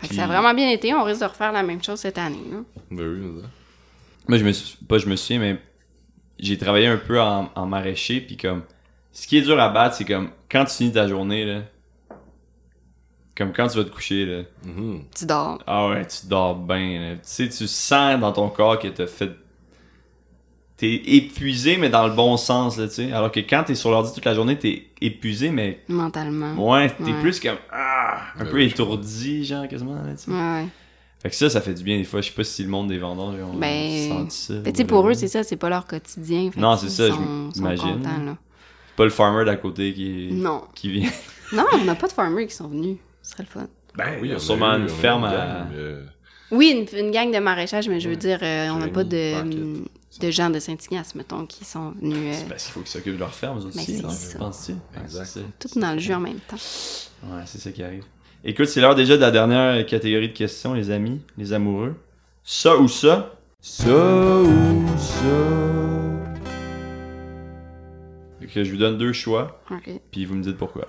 [SPEAKER 2] Fait que
[SPEAKER 1] puis-
[SPEAKER 2] ça a vraiment bien été, on risque de refaire la même chose cette année. là.
[SPEAKER 3] Ben oui, mais ça.
[SPEAKER 1] Moi, je me suis, pas je me souviens, mais j'ai travaillé un peu en, en maraîcher, puis comme, ce qui est dur à battre, c'est comme, quand tu finis ta journée, là, comme quand tu vas te coucher, là,
[SPEAKER 3] Mhm.
[SPEAKER 2] Tu dors.
[SPEAKER 1] ah ouais, tu dors bien, là. tu sais, tu sens dans ton corps que t'as fait, t'es épuisé, mais dans le bon sens, là, tu sais, alors que quand t'es sur l'ordi toute la journée, t'es épuisé, mais,
[SPEAKER 2] Mentalement.
[SPEAKER 1] ouais, t'es
[SPEAKER 2] Ouais.
[SPEAKER 1] plus comme, ah, un
[SPEAKER 3] Ben
[SPEAKER 1] peu
[SPEAKER 3] oui, je
[SPEAKER 1] étourdi, genre, quasiment, là, tu sais.
[SPEAKER 2] Ouais, ouais.
[SPEAKER 1] Fait que ça, ça fait du bien, des fois, je sais pas si le monde des vendanges, on
[SPEAKER 2] Ben,
[SPEAKER 1] sent ça.
[SPEAKER 2] Mais tu sais, pour eux, c'est ça, c'est pas leur quotidien. Fait
[SPEAKER 1] Non,
[SPEAKER 2] qu'ils
[SPEAKER 1] c'est ça,
[SPEAKER 2] sont-
[SPEAKER 1] je
[SPEAKER 2] sont
[SPEAKER 1] m'imagine.
[SPEAKER 2] contents, là.
[SPEAKER 1] pas le farmer d'à côté qui est...
[SPEAKER 2] Non.
[SPEAKER 1] qui vient.
[SPEAKER 2] Non, on n'a pas de farmers qui sont venus. Ce serait le fun.
[SPEAKER 1] Ben
[SPEAKER 3] Oui,
[SPEAKER 1] oui,
[SPEAKER 3] on a
[SPEAKER 1] sûrement
[SPEAKER 3] eu- on a
[SPEAKER 1] une
[SPEAKER 3] eu
[SPEAKER 1] ferme
[SPEAKER 3] une
[SPEAKER 1] à.
[SPEAKER 3] gang, mais, euh,
[SPEAKER 2] Oui, une, une gang de maraîchage, mais je veux
[SPEAKER 3] Ouais.
[SPEAKER 2] dire, euh, on n'a
[SPEAKER 3] Jérémy,
[SPEAKER 2] pas de,
[SPEAKER 3] Brackett.
[SPEAKER 2] de gens de Saint-Ignace, mettons, qui sont venus euh,
[SPEAKER 1] C'est parce qu'il faut qu'ils s'occupent de leurs fermes aussi,
[SPEAKER 2] Ben, c'est
[SPEAKER 1] non, je
[SPEAKER 2] ça.
[SPEAKER 1] pense. si. Ouais,
[SPEAKER 3] Exact.
[SPEAKER 1] c'est ça.
[SPEAKER 2] tout dans le jeu en même temps.
[SPEAKER 1] Ouais, c'est ça qui arrive. Écoute, c'est l'heure déjà de la dernière catégorie de questions, les amis, les amoureux. Ça ou ça? Ça ou ça? Fait que je vous donne deux choix,
[SPEAKER 2] Ok.
[SPEAKER 1] puis vous me dites pourquoi.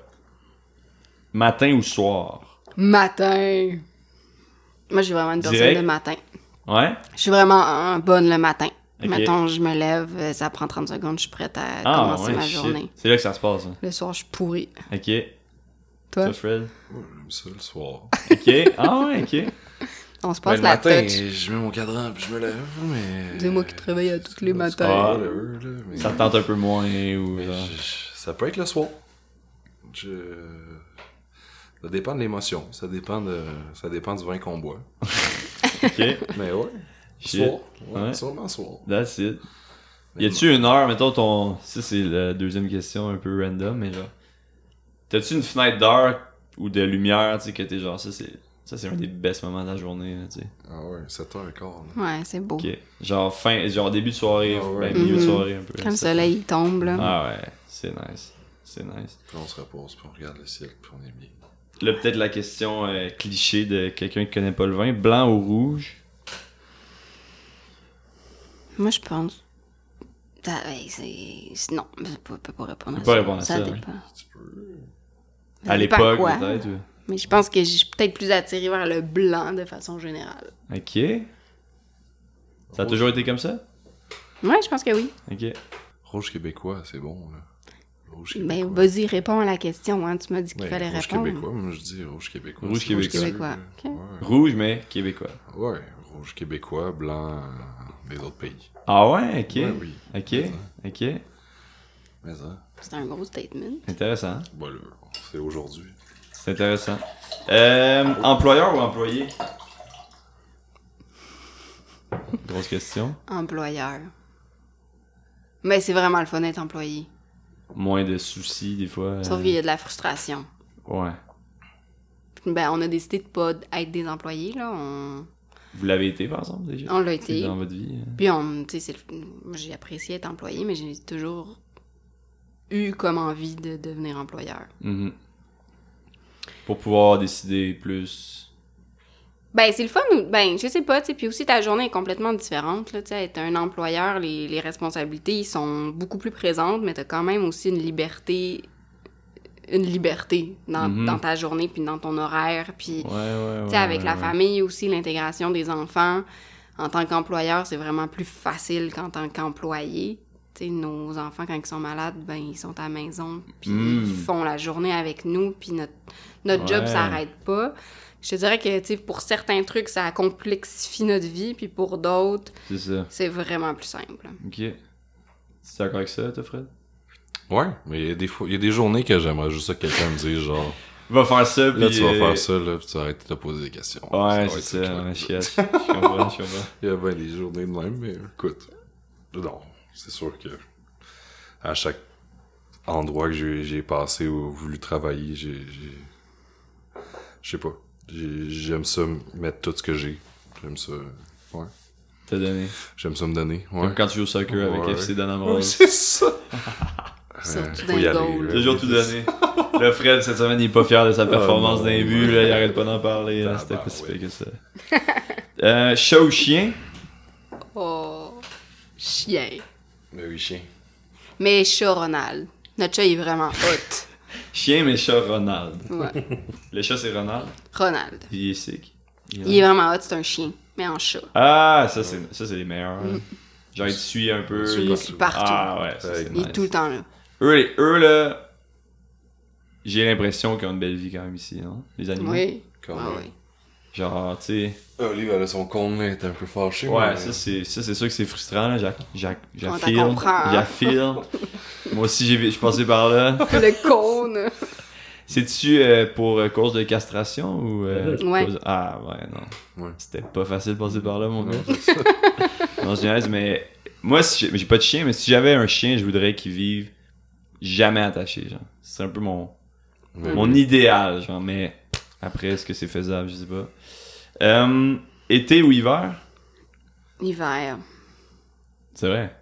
[SPEAKER 1] Matin ou soir?
[SPEAKER 2] Matin! Moi, j'ai vraiment une personne
[SPEAKER 1] Direct?
[SPEAKER 2] de matin.
[SPEAKER 1] Ouais?
[SPEAKER 2] Je suis vraiment euh, bonne le matin.
[SPEAKER 1] Ok. Ah,
[SPEAKER 2] Mettons, je me lève, euh, ça prend 30 secondes, je suis prête à commencer ma
[SPEAKER 1] shit.
[SPEAKER 2] journée.
[SPEAKER 1] C'est là que ça se passe. hein.
[SPEAKER 2] Le soir, je suis pourrie.
[SPEAKER 1] Ok.
[SPEAKER 2] Toi?
[SPEAKER 1] Ça, Fred?
[SPEAKER 3] J'aime ça le soir.
[SPEAKER 1] Ok. Ah ouais, ok.
[SPEAKER 2] On se
[SPEAKER 3] Ben,
[SPEAKER 2] passe
[SPEAKER 3] le
[SPEAKER 2] la
[SPEAKER 3] matin,
[SPEAKER 1] euh,
[SPEAKER 2] touch.
[SPEAKER 3] je mets mon cadran puis je me lève, mais...
[SPEAKER 2] C'est moi qui travaille à tous les
[SPEAKER 3] C'est
[SPEAKER 2] matins.
[SPEAKER 3] pas heureux, là, mais-
[SPEAKER 1] Ça te tente un peu moins ou.
[SPEAKER 3] mais
[SPEAKER 1] genre-
[SPEAKER 3] je- je- Ça peut être le soir. Je- Ça dépend de l'émotion, ça dépend de... ça dépend du vin qu'on boit.
[SPEAKER 1] Ok.
[SPEAKER 3] Mais ouais,
[SPEAKER 1] Shit.
[SPEAKER 3] soir. Ouais,
[SPEAKER 1] Ouais.
[SPEAKER 3] Sûrement soir.
[SPEAKER 1] That's it. Y a-tu une heure, mettons ton. Ça, c'est la deuxième question un peu random, mais genre. T'as-tu une fenêtre d'heure ou de lumière, tu sais, que t'es genre, ça, c'est. Ça, c'est un des best moments de la journée, là, tu sais.
[SPEAKER 3] Ah ouais, 7h15. là.
[SPEAKER 2] Ouais, c'est beau.
[SPEAKER 1] Ok. Genre, fin, genre début de soirée,
[SPEAKER 3] Ah ouais.
[SPEAKER 1] ben, milieu de
[SPEAKER 2] Mhm.
[SPEAKER 1] soirée, un peu.
[SPEAKER 2] Quand le
[SPEAKER 1] Ça.
[SPEAKER 2] soleil il tombe, là.
[SPEAKER 1] Ah ouais, c'est nice. C'est nice.
[SPEAKER 3] Puis on se repose, puis on regarde le ciel, puis on est bien.
[SPEAKER 1] Là, peut-être la question euh, cliché de quelqu'un qui connaît pas le vin, blanc ou rouge.
[SPEAKER 2] Moi, je pense. Ah, ben, c'est... c'est- Non, je peux, peux pas répondre à
[SPEAKER 1] Peux
[SPEAKER 2] ça.
[SPEAKER 1] pas répondre à ça, ouais.
[SPEAKER 2] dépend.
[SPEAKER 3] Tu peux...
[SPEAKER 2] Ça
[SPEAKER 1] À
[SPEAKER 2] dépend
[SPEAKER 1] l'époque,
[SPEAKER 2] quoi.
[SPEAKER 1] peut-être. ou-
[SPEAKER 2] Mais je pense que je suis peut-être plus attirée vers le blanc de façon générale.
[SPEAKER 1] Ok. Ça a
[SPEAKER 3] Rouge-
[SPEAKER 1] toujours été comme ça?
[SPEAKER 2] Ouais, je pense que oui.
[SPEAKER 1] Ok.
[SPEAKER 3] Rouge québécois, c'est bon, là. Rouge
[SPEAKER 2] Ben, vas-y, réponds à la question. Hein. Tu m'as dit qu'il
[SPEAKER 3] Ouais,
[SPEAKER 2] fallait
[SPEAKER 3] rouge
[SPEAKER 2] répondre.
[SPEAKER 3] québécois, moi je dis rouge québécois.
[SPEAKER 1] Rouge
[SPEAKER 3] c'est
[SPEAKER 1] québécois.
[SPEAKER 2] Québécois,
[SPEAKER 3] Ouais.
[SPEAKER 1] Rouge, mais québécois.
[SPEAKER 3] Ouais. rouge québécois, blanc euh, des autres pays.
[SPEAKER 1] Ah ouais, ok.
[SPEAKER 3] Ouais, oui.
[SPEAKER 1] Ok,
[SPEAKER 3] Mais ça,
[SPEAKER 1] ok.
[SPEAKER 3] Mais ça,
[SPEAKER 2] C'est un gros statement.
[SPEAKER 1] Intéressant.
[SPEAKER 3] voilà, c'est aujourd'hui.
[SPEAKER 1] C'est intéressant. Euh, employeur ou employé? Grosse question.
[SPEAKER 2] Employeur. Mais c'est vraiment le fun d'être employé.
[SPEAKER 1] Moins de soucis, des fois. euh,
[SPEAKER 2] Sauf qu'il y a de la frustration.
[SPEAKER 1] Ouais.
[SPEAKER 2] Ben, on a décidé de pas être des employés, là. On,
[SPEAKER 1] Vous l'avez été, par exemple, déjà?
[SPEAKER 2] on l'a été.
[SPEAKER 1] Dans votre vie? euh.
[SPEAKER 2] Puis, on, tu sais, c'est le- moi, j'ai apprécié être employé, mais j'ai toujours eu comme envie de devenir employeur.
[SPEAKER 1] Mhm. Pour pouvoir décider plus.
[SPEAKER 2] Ben, c'est le fun, ou- ben, je sais pas, tu sais, puis aussi ta journée est complètement différente, là, tu sais, être un employeur, les, les responsabilités, ils sont beaucoup plus présentes, mais t'as quand même aussi une liberté, une liberté dans,
[SPEAKER 1] Mhm.
[SPEAKER 2] dans ta journée, puis dans ton horaire, puis,
[SPEAKER 1] Ouais, ouais, ouais.
[SPEAKER 2] tu sais, avec
[SPEAKER 1] ouais,
[SPEAKER 2] la
[SPEAKER 1] ouais.
[SPEAKER 2] famille aussi, l'intégration des enfants, en tant qu'employeur, c'est vraiment plus facile qu'en tant qu'employé. Tu sais, nos enfants, quand ils sont malades, ben, ils sont à la maison, puis
[SPEAKER 1] Mm.
[SPEAKER 2] ils font la journée avec nous, puis notre, notre job
[SPEAKER 1] Ouais.
[SPEAKER 2] s'arrête pas. Je te dirais que, tu sais, pour certains trucs, ça complexifie notre vie, puis pour d'autres,
[SPEAKER 1] C'est ça.
[SPEAKER 2] c'est vraiment plus simple.
[SPEAKER 1] Ok. Tu es d'accord avec ça, toi, Fred?
[SPEAKER 3] Ouais, mais il y a des fois, il y a des journées que j'aimerais juste que quelqu'un me dise genre,
[SPEAKER 1] Va faire ça, puis...
[SPEAKER 3] là tu vas
[SPEAKER 1] euh,
[SPEAKER 3] faire ça, là, puis tu vas arrêter de te poser des questions. va
[SPEAKER 1] Ouais,
[SPEAKER 3] être
[SPEAKER 1] c'est ça,
[SPEAKER 3] clair.
[SPEAKER 1] ouais, je cache. Je comprends, je comprends.
[SPEAKER 3] Il y a bien des journées de même, mais écoute, non, c'est sûr que à chaque endroit que j'ai j'ai passé ou voulu travailler, j'ai. j'ai- Je sais pas. J'ai- J'aime ça m- mettre tout ce que j'ai. J'aime ça. Ouais.
[SPEAKER 1] T'as donné.
[SPEAKER 3] J'aime ça me donner.
[SPEAKER 1] Comme
[SPEAKER 3] Ouais.
[SPEAKER 1] quand tu joues au soccer avec
[SPEAKER 3] Ouais.
[SPEAKER 1] FC
[SPEAKER 3] Ouais,
[SPEAKER 1] Danamrose.
[SPEAKER 3] c'est ça.
[SPEAKER 2] Surtout
[SPEAKER 3] faut
[SPEAKER 2] dans
[SPEAKER 3] y
[SPEAKER 2] les
[SPEAKER 3] aller,
[SPEAKER 2] goals.
[SPEAKER 3] là.
[SPEAKER 1] Toujours tout donné. Le Fred, cette semaine, il est pas fier de sa performance
[SPEAKER 3] Ah, non.
[SPEAKER 1] d'un but. Là, il arrête pas d'en parler. là,
[SPEAKER 3] Ah,
[SPEAKER 1] C'était
[SPEAKER 3] bah,
[SPEAKER 1] pas si
[SPEAKER 3] ouais.
[SPEAKER 1] pire que ça. Euh, chat ou chien?
[SPEAKER 2] Oh, chien.
[SPEAKER 3] Mais Ben oui, chien.
[SPEAKER 2] Mais chat Ronald. Notre chat, il est vraiment hot.
[SPEAKER 1] Chien, mais chat Ronald.
[SPEAKER 2] Ouais.
[SPEAKER 1] Le chat, c'est Ronald.
[SPEAKER 2] Ronald.
[SPEAKER 1] Puis il est sick. Il est
[SPEAKER 2] Il est vraiment hot, c'est un chien, mais en chat.
[SPEAKER 1] Ah, ça, c'est ça, c'est les meilleurs.
[SPEAKER 2] Mm.
[SPEAKER 1] là. Genre, il te suit un peu.
[SPEAKER 2] Tu le suis partout.
[SPEAKER 1] Ah, ouais, ça, c'est
[SPEAKER 3] Il
[SPEAKER 2] Il
[SPEAKER 1] nice.
[SPEAKER 2] est tout le temps là.
[SPEAKER 1] Eux, les- eux, là, j'ai l'impression qu'ils ont une belle vie quand même ici, non? Les animaux.
[SPEAKER 2] Oui.
[SPEAKER 3] Quand
[SPEAKER 2] Ah
[SPEAKER 3] même.
[SPEAKER 2] oui.
[SPEAKER 1] Genre, tu sais.
[SPEAKER 3] Olive, elle a son con, Ah, ben là, elle est un peu fâchée.
[SPEAKER 1] Ouais,
[SPEAKER 3] mais-
[SPEAKER 1] ça c'est ça, c'est sûr que c'est frustrant là, J'ac- j'ac-
[SPEAKER 2] On
[SPEAKER 1] j'affile,
[SPEAKER 2] t'en comprend, hein.
[SPEAKER 1] j'affile. Moi aussi j'ai je suis passé par là.
[SPEAKER 2] Le cône.
[SPEAKER 1] C'est-tu euh, pour euh, cause de castration ou euh,
[SPEAKER 2] Ouais.
[SPEAKER 1] cause- Ah ouais, non.
[SPEAKER 3] Ouais.
[SPEAKER 1] C'était pas facile de passer par là mon gars.
[SPEAKER 3] Ouais, c'est ça.
[SPEAKER 1] Non, je niaise, mais moi si j'ai- j'ai pas de chien, mais si j'avais un chien, je voudrais qu'il vive jamais attaché, genre. C'est un peu mon
[SPEAKER 3] Mais-
[SPEAKER 1] mon idéal, genre mais après est-ce que c'est faisable, je sais pas. Euh, Été ou hiver?
[SPEAKER 2] Hiver.
[SPEAKER 1] C'est vrai.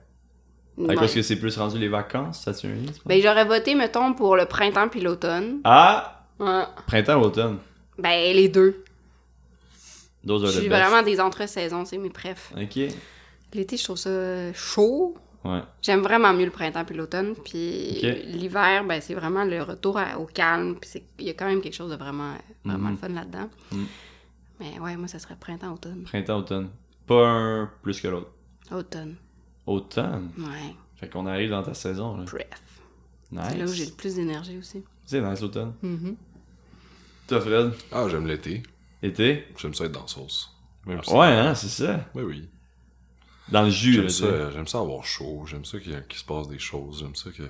[SPEAKER 2] Ouais.
[SPEAKER 1] À cause Ah, que c'est plus rendu les vacances, ça tue un lien, c'est pas-
[SPEAKER 2] Ben, j'aurais voté, mettons, pour le printemps puis l'automne.
[SPEAKER 1] Ah!
[SPEAKER 2] Ouais.
[SPEAKER 1] Printemps, automne.
[SPEAKER 2] Ben, les deux.
[SPEAKER 1] Those
[SPEAKER 2] Je
[SPEAKER 1] are
[SPEAKER 2] suis
[SPEAKER 1] the best.
[SPEAKER 2] vraiment des entre-saisons, c'est mes préf.
[SPEAKER 1] Ok.
[SPEAKER 2] L'été, je trouve ça chaud.
[SPEAKER 1] Ouais.
[SPEAKER 2] J'aime vraiment mieux le printemps puis l'automne. Puis
[SPEAKER 1] Ok.
[SPEAKER 2] l'hiver, ben, c'est vraiment le retour à- au calme. Puis c'est- il y a quand même quelque chose de vraiment, vraiment
[SPEAKER 1] Mhm.
[SPEAKER 2] le fun là-dedans.
[SPEAKER 1] Mhm.
[SPEAKER 2] Mais ouais, moi, ça serait printemps-automne.
[SPEAKER 1] Printemps, automne. Pas un plus que l'autre.
[SPEAKER 2] Automne.
[SPEAKER 1] Automne.
[SPEAKER 2] Ouais,
[SPEAKER 1] Fait qu'on arrive dans ta saison, là.
[SPEAKER 2] bref. C'est là où j'ai
[SPEAKER 1] Nice.
[SPEAKER 2] le plus d'énergie aussi.
[SPEAKER 1] C'est nice, l'automne.
[SPEAKER 2] Mhm.
[SPEAKER 1] Toi, Fred,
[SPEAKER 3] Ah, j'aime l'été.
[SPEAKER 1] été?
[SPEAKER 3] J'aime ça être dans la sauce. Même si-
[SPEAKER 1] Ouais, hein, c'est ça.
[SPEAKER 3] Oui, oui.
[SPEAKER 1] Dans le jus, là,
[SPEAKER 3] Ah, J'aime
[SPEAKER 1] tu
[SPEAKER 3] ça,
[SPEAKER 1] sais.
[SPEAKER 3] euh, j'aime ça avoir chaud. J'aime ça qu'il y a- qu'il se passe des choses. J'aime ça que.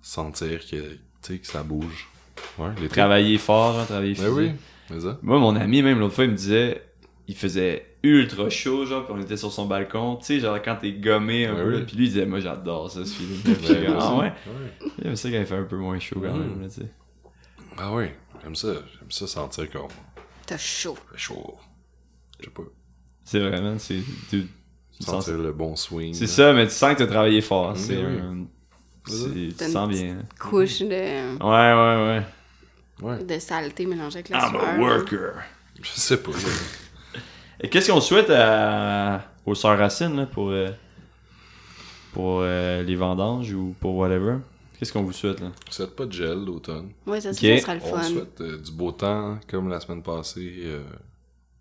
[SPEAKER 3] Sentir que, tu sais, que ça bouge. Ouais, l'été.
[SPEAKER 1] Travailler fort, hein, travailler
[SPEAKER 3] Ben
[SPEAKER 1] physique.
[SPEAKER 3] oui, mais ça.
[SPEAKER 1] Moi, mon ami, même l'autre fois, il me disait, il faisait ultra chaud, genre, puis on était sur son balcon, tu sais, genre, quand t'es gommé un
[SPEAKER 3] Ouais,
[SPEAKER 1] peu,
[SPEAKER 3] ouais.
[SPEAKER 1] là, puis lui, il disait, moi, j'adore ça, ce feeling.
[SPEAKER 3] Ben
[SPEAKER 1] Puis j'étais comme, ah ouais?
[SPEAKER 3] ouais.
[SPEAKER 1] J'aime ça quand il fait un peu moins chaud, quand
[SPEAKER 3] Mhm.
[SPEAKER 1] même, là, tu sais.
[SPEAKER 3] Ah oui, j'aime ça. J'aime ça sentir qu'on
[SPEAKER 2] T'as chaud.
[SPEAKER 3] fait chaud. Je sais pas.
[SPEAKER 1] C'est vraiment, c'est... tu- tu sens-
[SPEAKER 3] Sentir le bon swing.
[SPEAKER 1] C'est
[SPEAKER 3] là.
[SPEAKER 1] ça, mais tu sens que t'as travaillé fort,
[SPEAKER 3] Mhm,
[SPEAKER 1] c'est
[SPEAKER 3] oui.
[SPEAKER 1] un- c'est- Tu
[SPEAKER 2] T'as
[SPEAKER 1] te
[SPEAKER 2] une
[SPEAKER 1] sens bien. hein.
[SPEAKER 2] Couche de,
[SPEAKER 1] Ouais, ouais, ouais.
[SPEAKER 3] Ouais,
[SPEAKER 2] de saleté mélangée avec la
[SPEAKER 1] I'm
[SPEAKER 2] sueur.
[SPEAKER 1] a worker.
[SPEAKER 3] je sais pas.
[SPEAKER 1] Et qu'est-ce qu'on souhaite à- aux sœurs Racine là, pour, euh, pour euh, les vendanges ou pour whatever? Qu'est-ce qu'on vous souhaite là?
[SPEAKER 3] Je souhaite pas de gel d'automne.
[SPEAKER 2] Ouais, ça,
[SPEAKER 1] Ok.
[SPEAKER 2] ça sera le
[SPEAKER 3] On
[SPEAKER 2] fun.
[SPEAKER 3] souhaite euh, du beau temps comme la semaine passée. euh,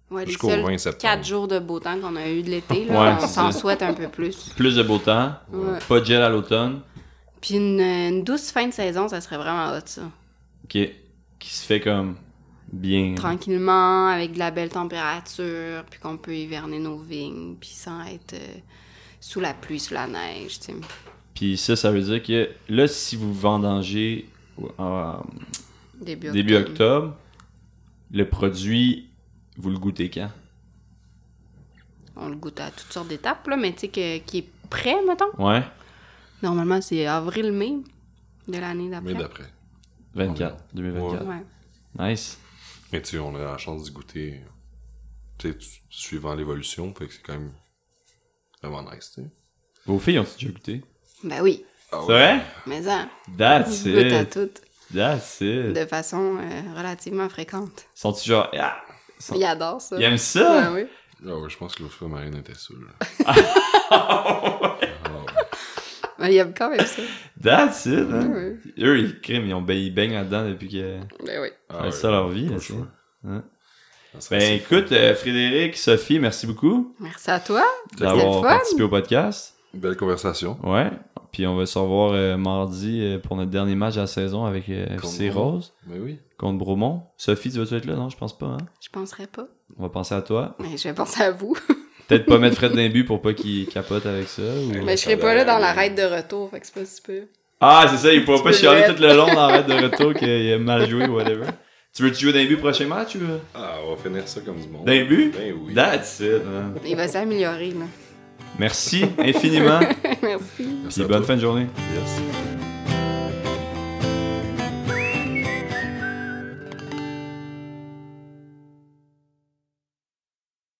[SPEAKER 2] Ouais, les
[SPEAKER 3] Jusqu'au
[SPEAKER 2] seuls
[SPEAKER 3] 20 septembre.
[SPEAKER 2] 4 jours de beau temps qu'on a eu de l'été, là,
[SPEAKER 1] Ouais, c'est
[SPEAKER 2] on s'en
[SPEAKER 1] ça.
[SPEAKER 2] souhaite un peu plus.
[SPEAKER 1] Plus de beau temps,
[SPEAKER 2] Ouais.
[SPEAKER 1] pas de gel à l'automne,
[SPEAKER 2] Puis une, une douce fin de saison, ça serait vraiment hot, ça.
[SPEAKER 1] qui, est- qui se fait comme bien.
[SPEAKER 2] Tranquillement, avec de la belle température, puis qu'on peut hiverner nos vignes, puis sans être euh, sous la pluie, sous la neige, tu sais.
[SPEAKER 1] Puis ça, ça veut dire que là, si vous vendangez ah, en
[SPEAKER 2] Début octobre.
[SPEAKER 1] début octobre, le produit, vous le goûtez quand?
[SPEAKER 2] On le goûte à toutes sortes d'étapes, là, mais tu sais, que- qui est prêt, mettons.
[SPEAKER 1] Ouais?
[SPEAKER 2] Normalement, c'est avril-mai de l'année d'après.
[SPEAKER 3] Mais d'après.
[SPEAKER 1] 24, 2024.
[SPEAKER 2] Ouais.
[SPEAKER 1] Nice.
[SPEAKER 3] Mais tu sais, on a la chance d'y goûter. Tu sais, tu- suivant l'évolution, fait que c'est quand même vraiment nice, tu sais.
[SPEAKER 1] Vos filles ont-ils déjà goûté?
[SPEAKER 2] Ben oui,
[SPEAKER 3] Ah
[SPEAKER 1] C'est
[SPEAKER 3] ouais.
[SPEAKER 1] vrai?
[SPEAKER 2] mais ça, on
[SPEAKER 1] That's
[SPEAKER 2] goûte à
[SPEAKER 1] it!
[SPEAKER 2] toutes
[SPEAKER 1] That's it!
[SPEAKER 2] de façon euh, relativement fréquente.
[SPEAKER 1] Sont-ils genre. Ah! Sont-
[SPEAKER 2] Il adore ça.
[SPEAKER 1] Ils aiment ça?
[SPEAKER 2] Ben oui.
[SPEAKER 3] Ah ouais, je pense que l'autre fois, Marine était saoule. Ah ouais.
[SPEAKER 2] Ben, il aime quand même ça.
[SPEAKER 1] That's it, hein?
[SPEAKER 2] Ben oui.
[SPEAKER 1] Eux, ils criment, ils ont ba- ils baignent là-dedans depuis que.
[SPEAKER 2] Ben oui.
[SPEAKER 3] Ah
[SPEAKER 1] c'est
[SPEAKER 3] ouais.
[SPEAKER 1] ça leur vie, là, tu
[SPEAKER 3] Pas le
[SPEAKER 1] sais.
[SPEAKER 3] choix.
[SPEAKER 1] Hein.
[SPEAKER 3] Ça serait
[SPEAKER 1] Ben
[SPEAKER 3] assez
[SPEAKER 1] écoute,
[SPEAKER 3] fun.
[SPEAKER 1] euh, Frédéric, Sophie, merci beaucoup
[SPEAKER 2] Merci à toi.
[SPEAKER 1] d'avoir
[SPEAKER 2] le fun.
[SPEAKER 1] participé au podcast.
[SPEAKER 3] Belle conversation.
[SPEAKER 1] Ouais. Puis on va se revoir euh, mardi euh, pour notre dernier match de la saison avec euh, FC
[SPEAKER 3] Bromont.
[SPEAKER 1] Rose
[SPEAKER 3] Mais Ben oui.
[SPEAKER 1] contre Bromont. Sophie, tu vas-tu être là? Non, je pense pas, hein?
[SPEAKER 2] Je penserais pas,
[SPEAKER 1] On va penser à toi.
[SPEAKER 2] mais je vais penser à vous.
[SPEAKER 1] Peut-être pas mettre Fred d'un but pour pas qu'il capote avec ça. ou-
[SPEAKER 3] Ouais.
[SPEAKER 2] Mais je serai pas là dans la raide de retour, fait que c'est pas si peu.
[SPEAKER 1] Ah, c'est ça, il pourra
[SPEAKER 2] Tu
[SPEAKER 1] pas
[SPEAKER 2] peux
[SPEAKER 1] chialer
[SPEAKER 2] mettre.
[SPEAKER 1] tout le long dans la raid de retour qu'il a mal joué ou whatever. Tu veux-tu jouer d'un but prochain match ou... euh?
[SPEAKER 3] Ah, on va finir ça comme du monde.
[SPEAKER 1] D'un but?
[SPEAKER 3] Ben oui.
[SPEAKER 1] That's it, man.
[SPEAKER 2] Il va s'améliorer, là.
[SPEAKER 1] Merci infiniment.
[SPEAKER 2] Merci.
[SPEAKER 1] Puis
[SPEAKER 3] à
[SPEAKER 1] bonne
[SPEAKER 3] toi.
[SPEAKER 1] fin de journée.
[SPEAKER 3] Yes.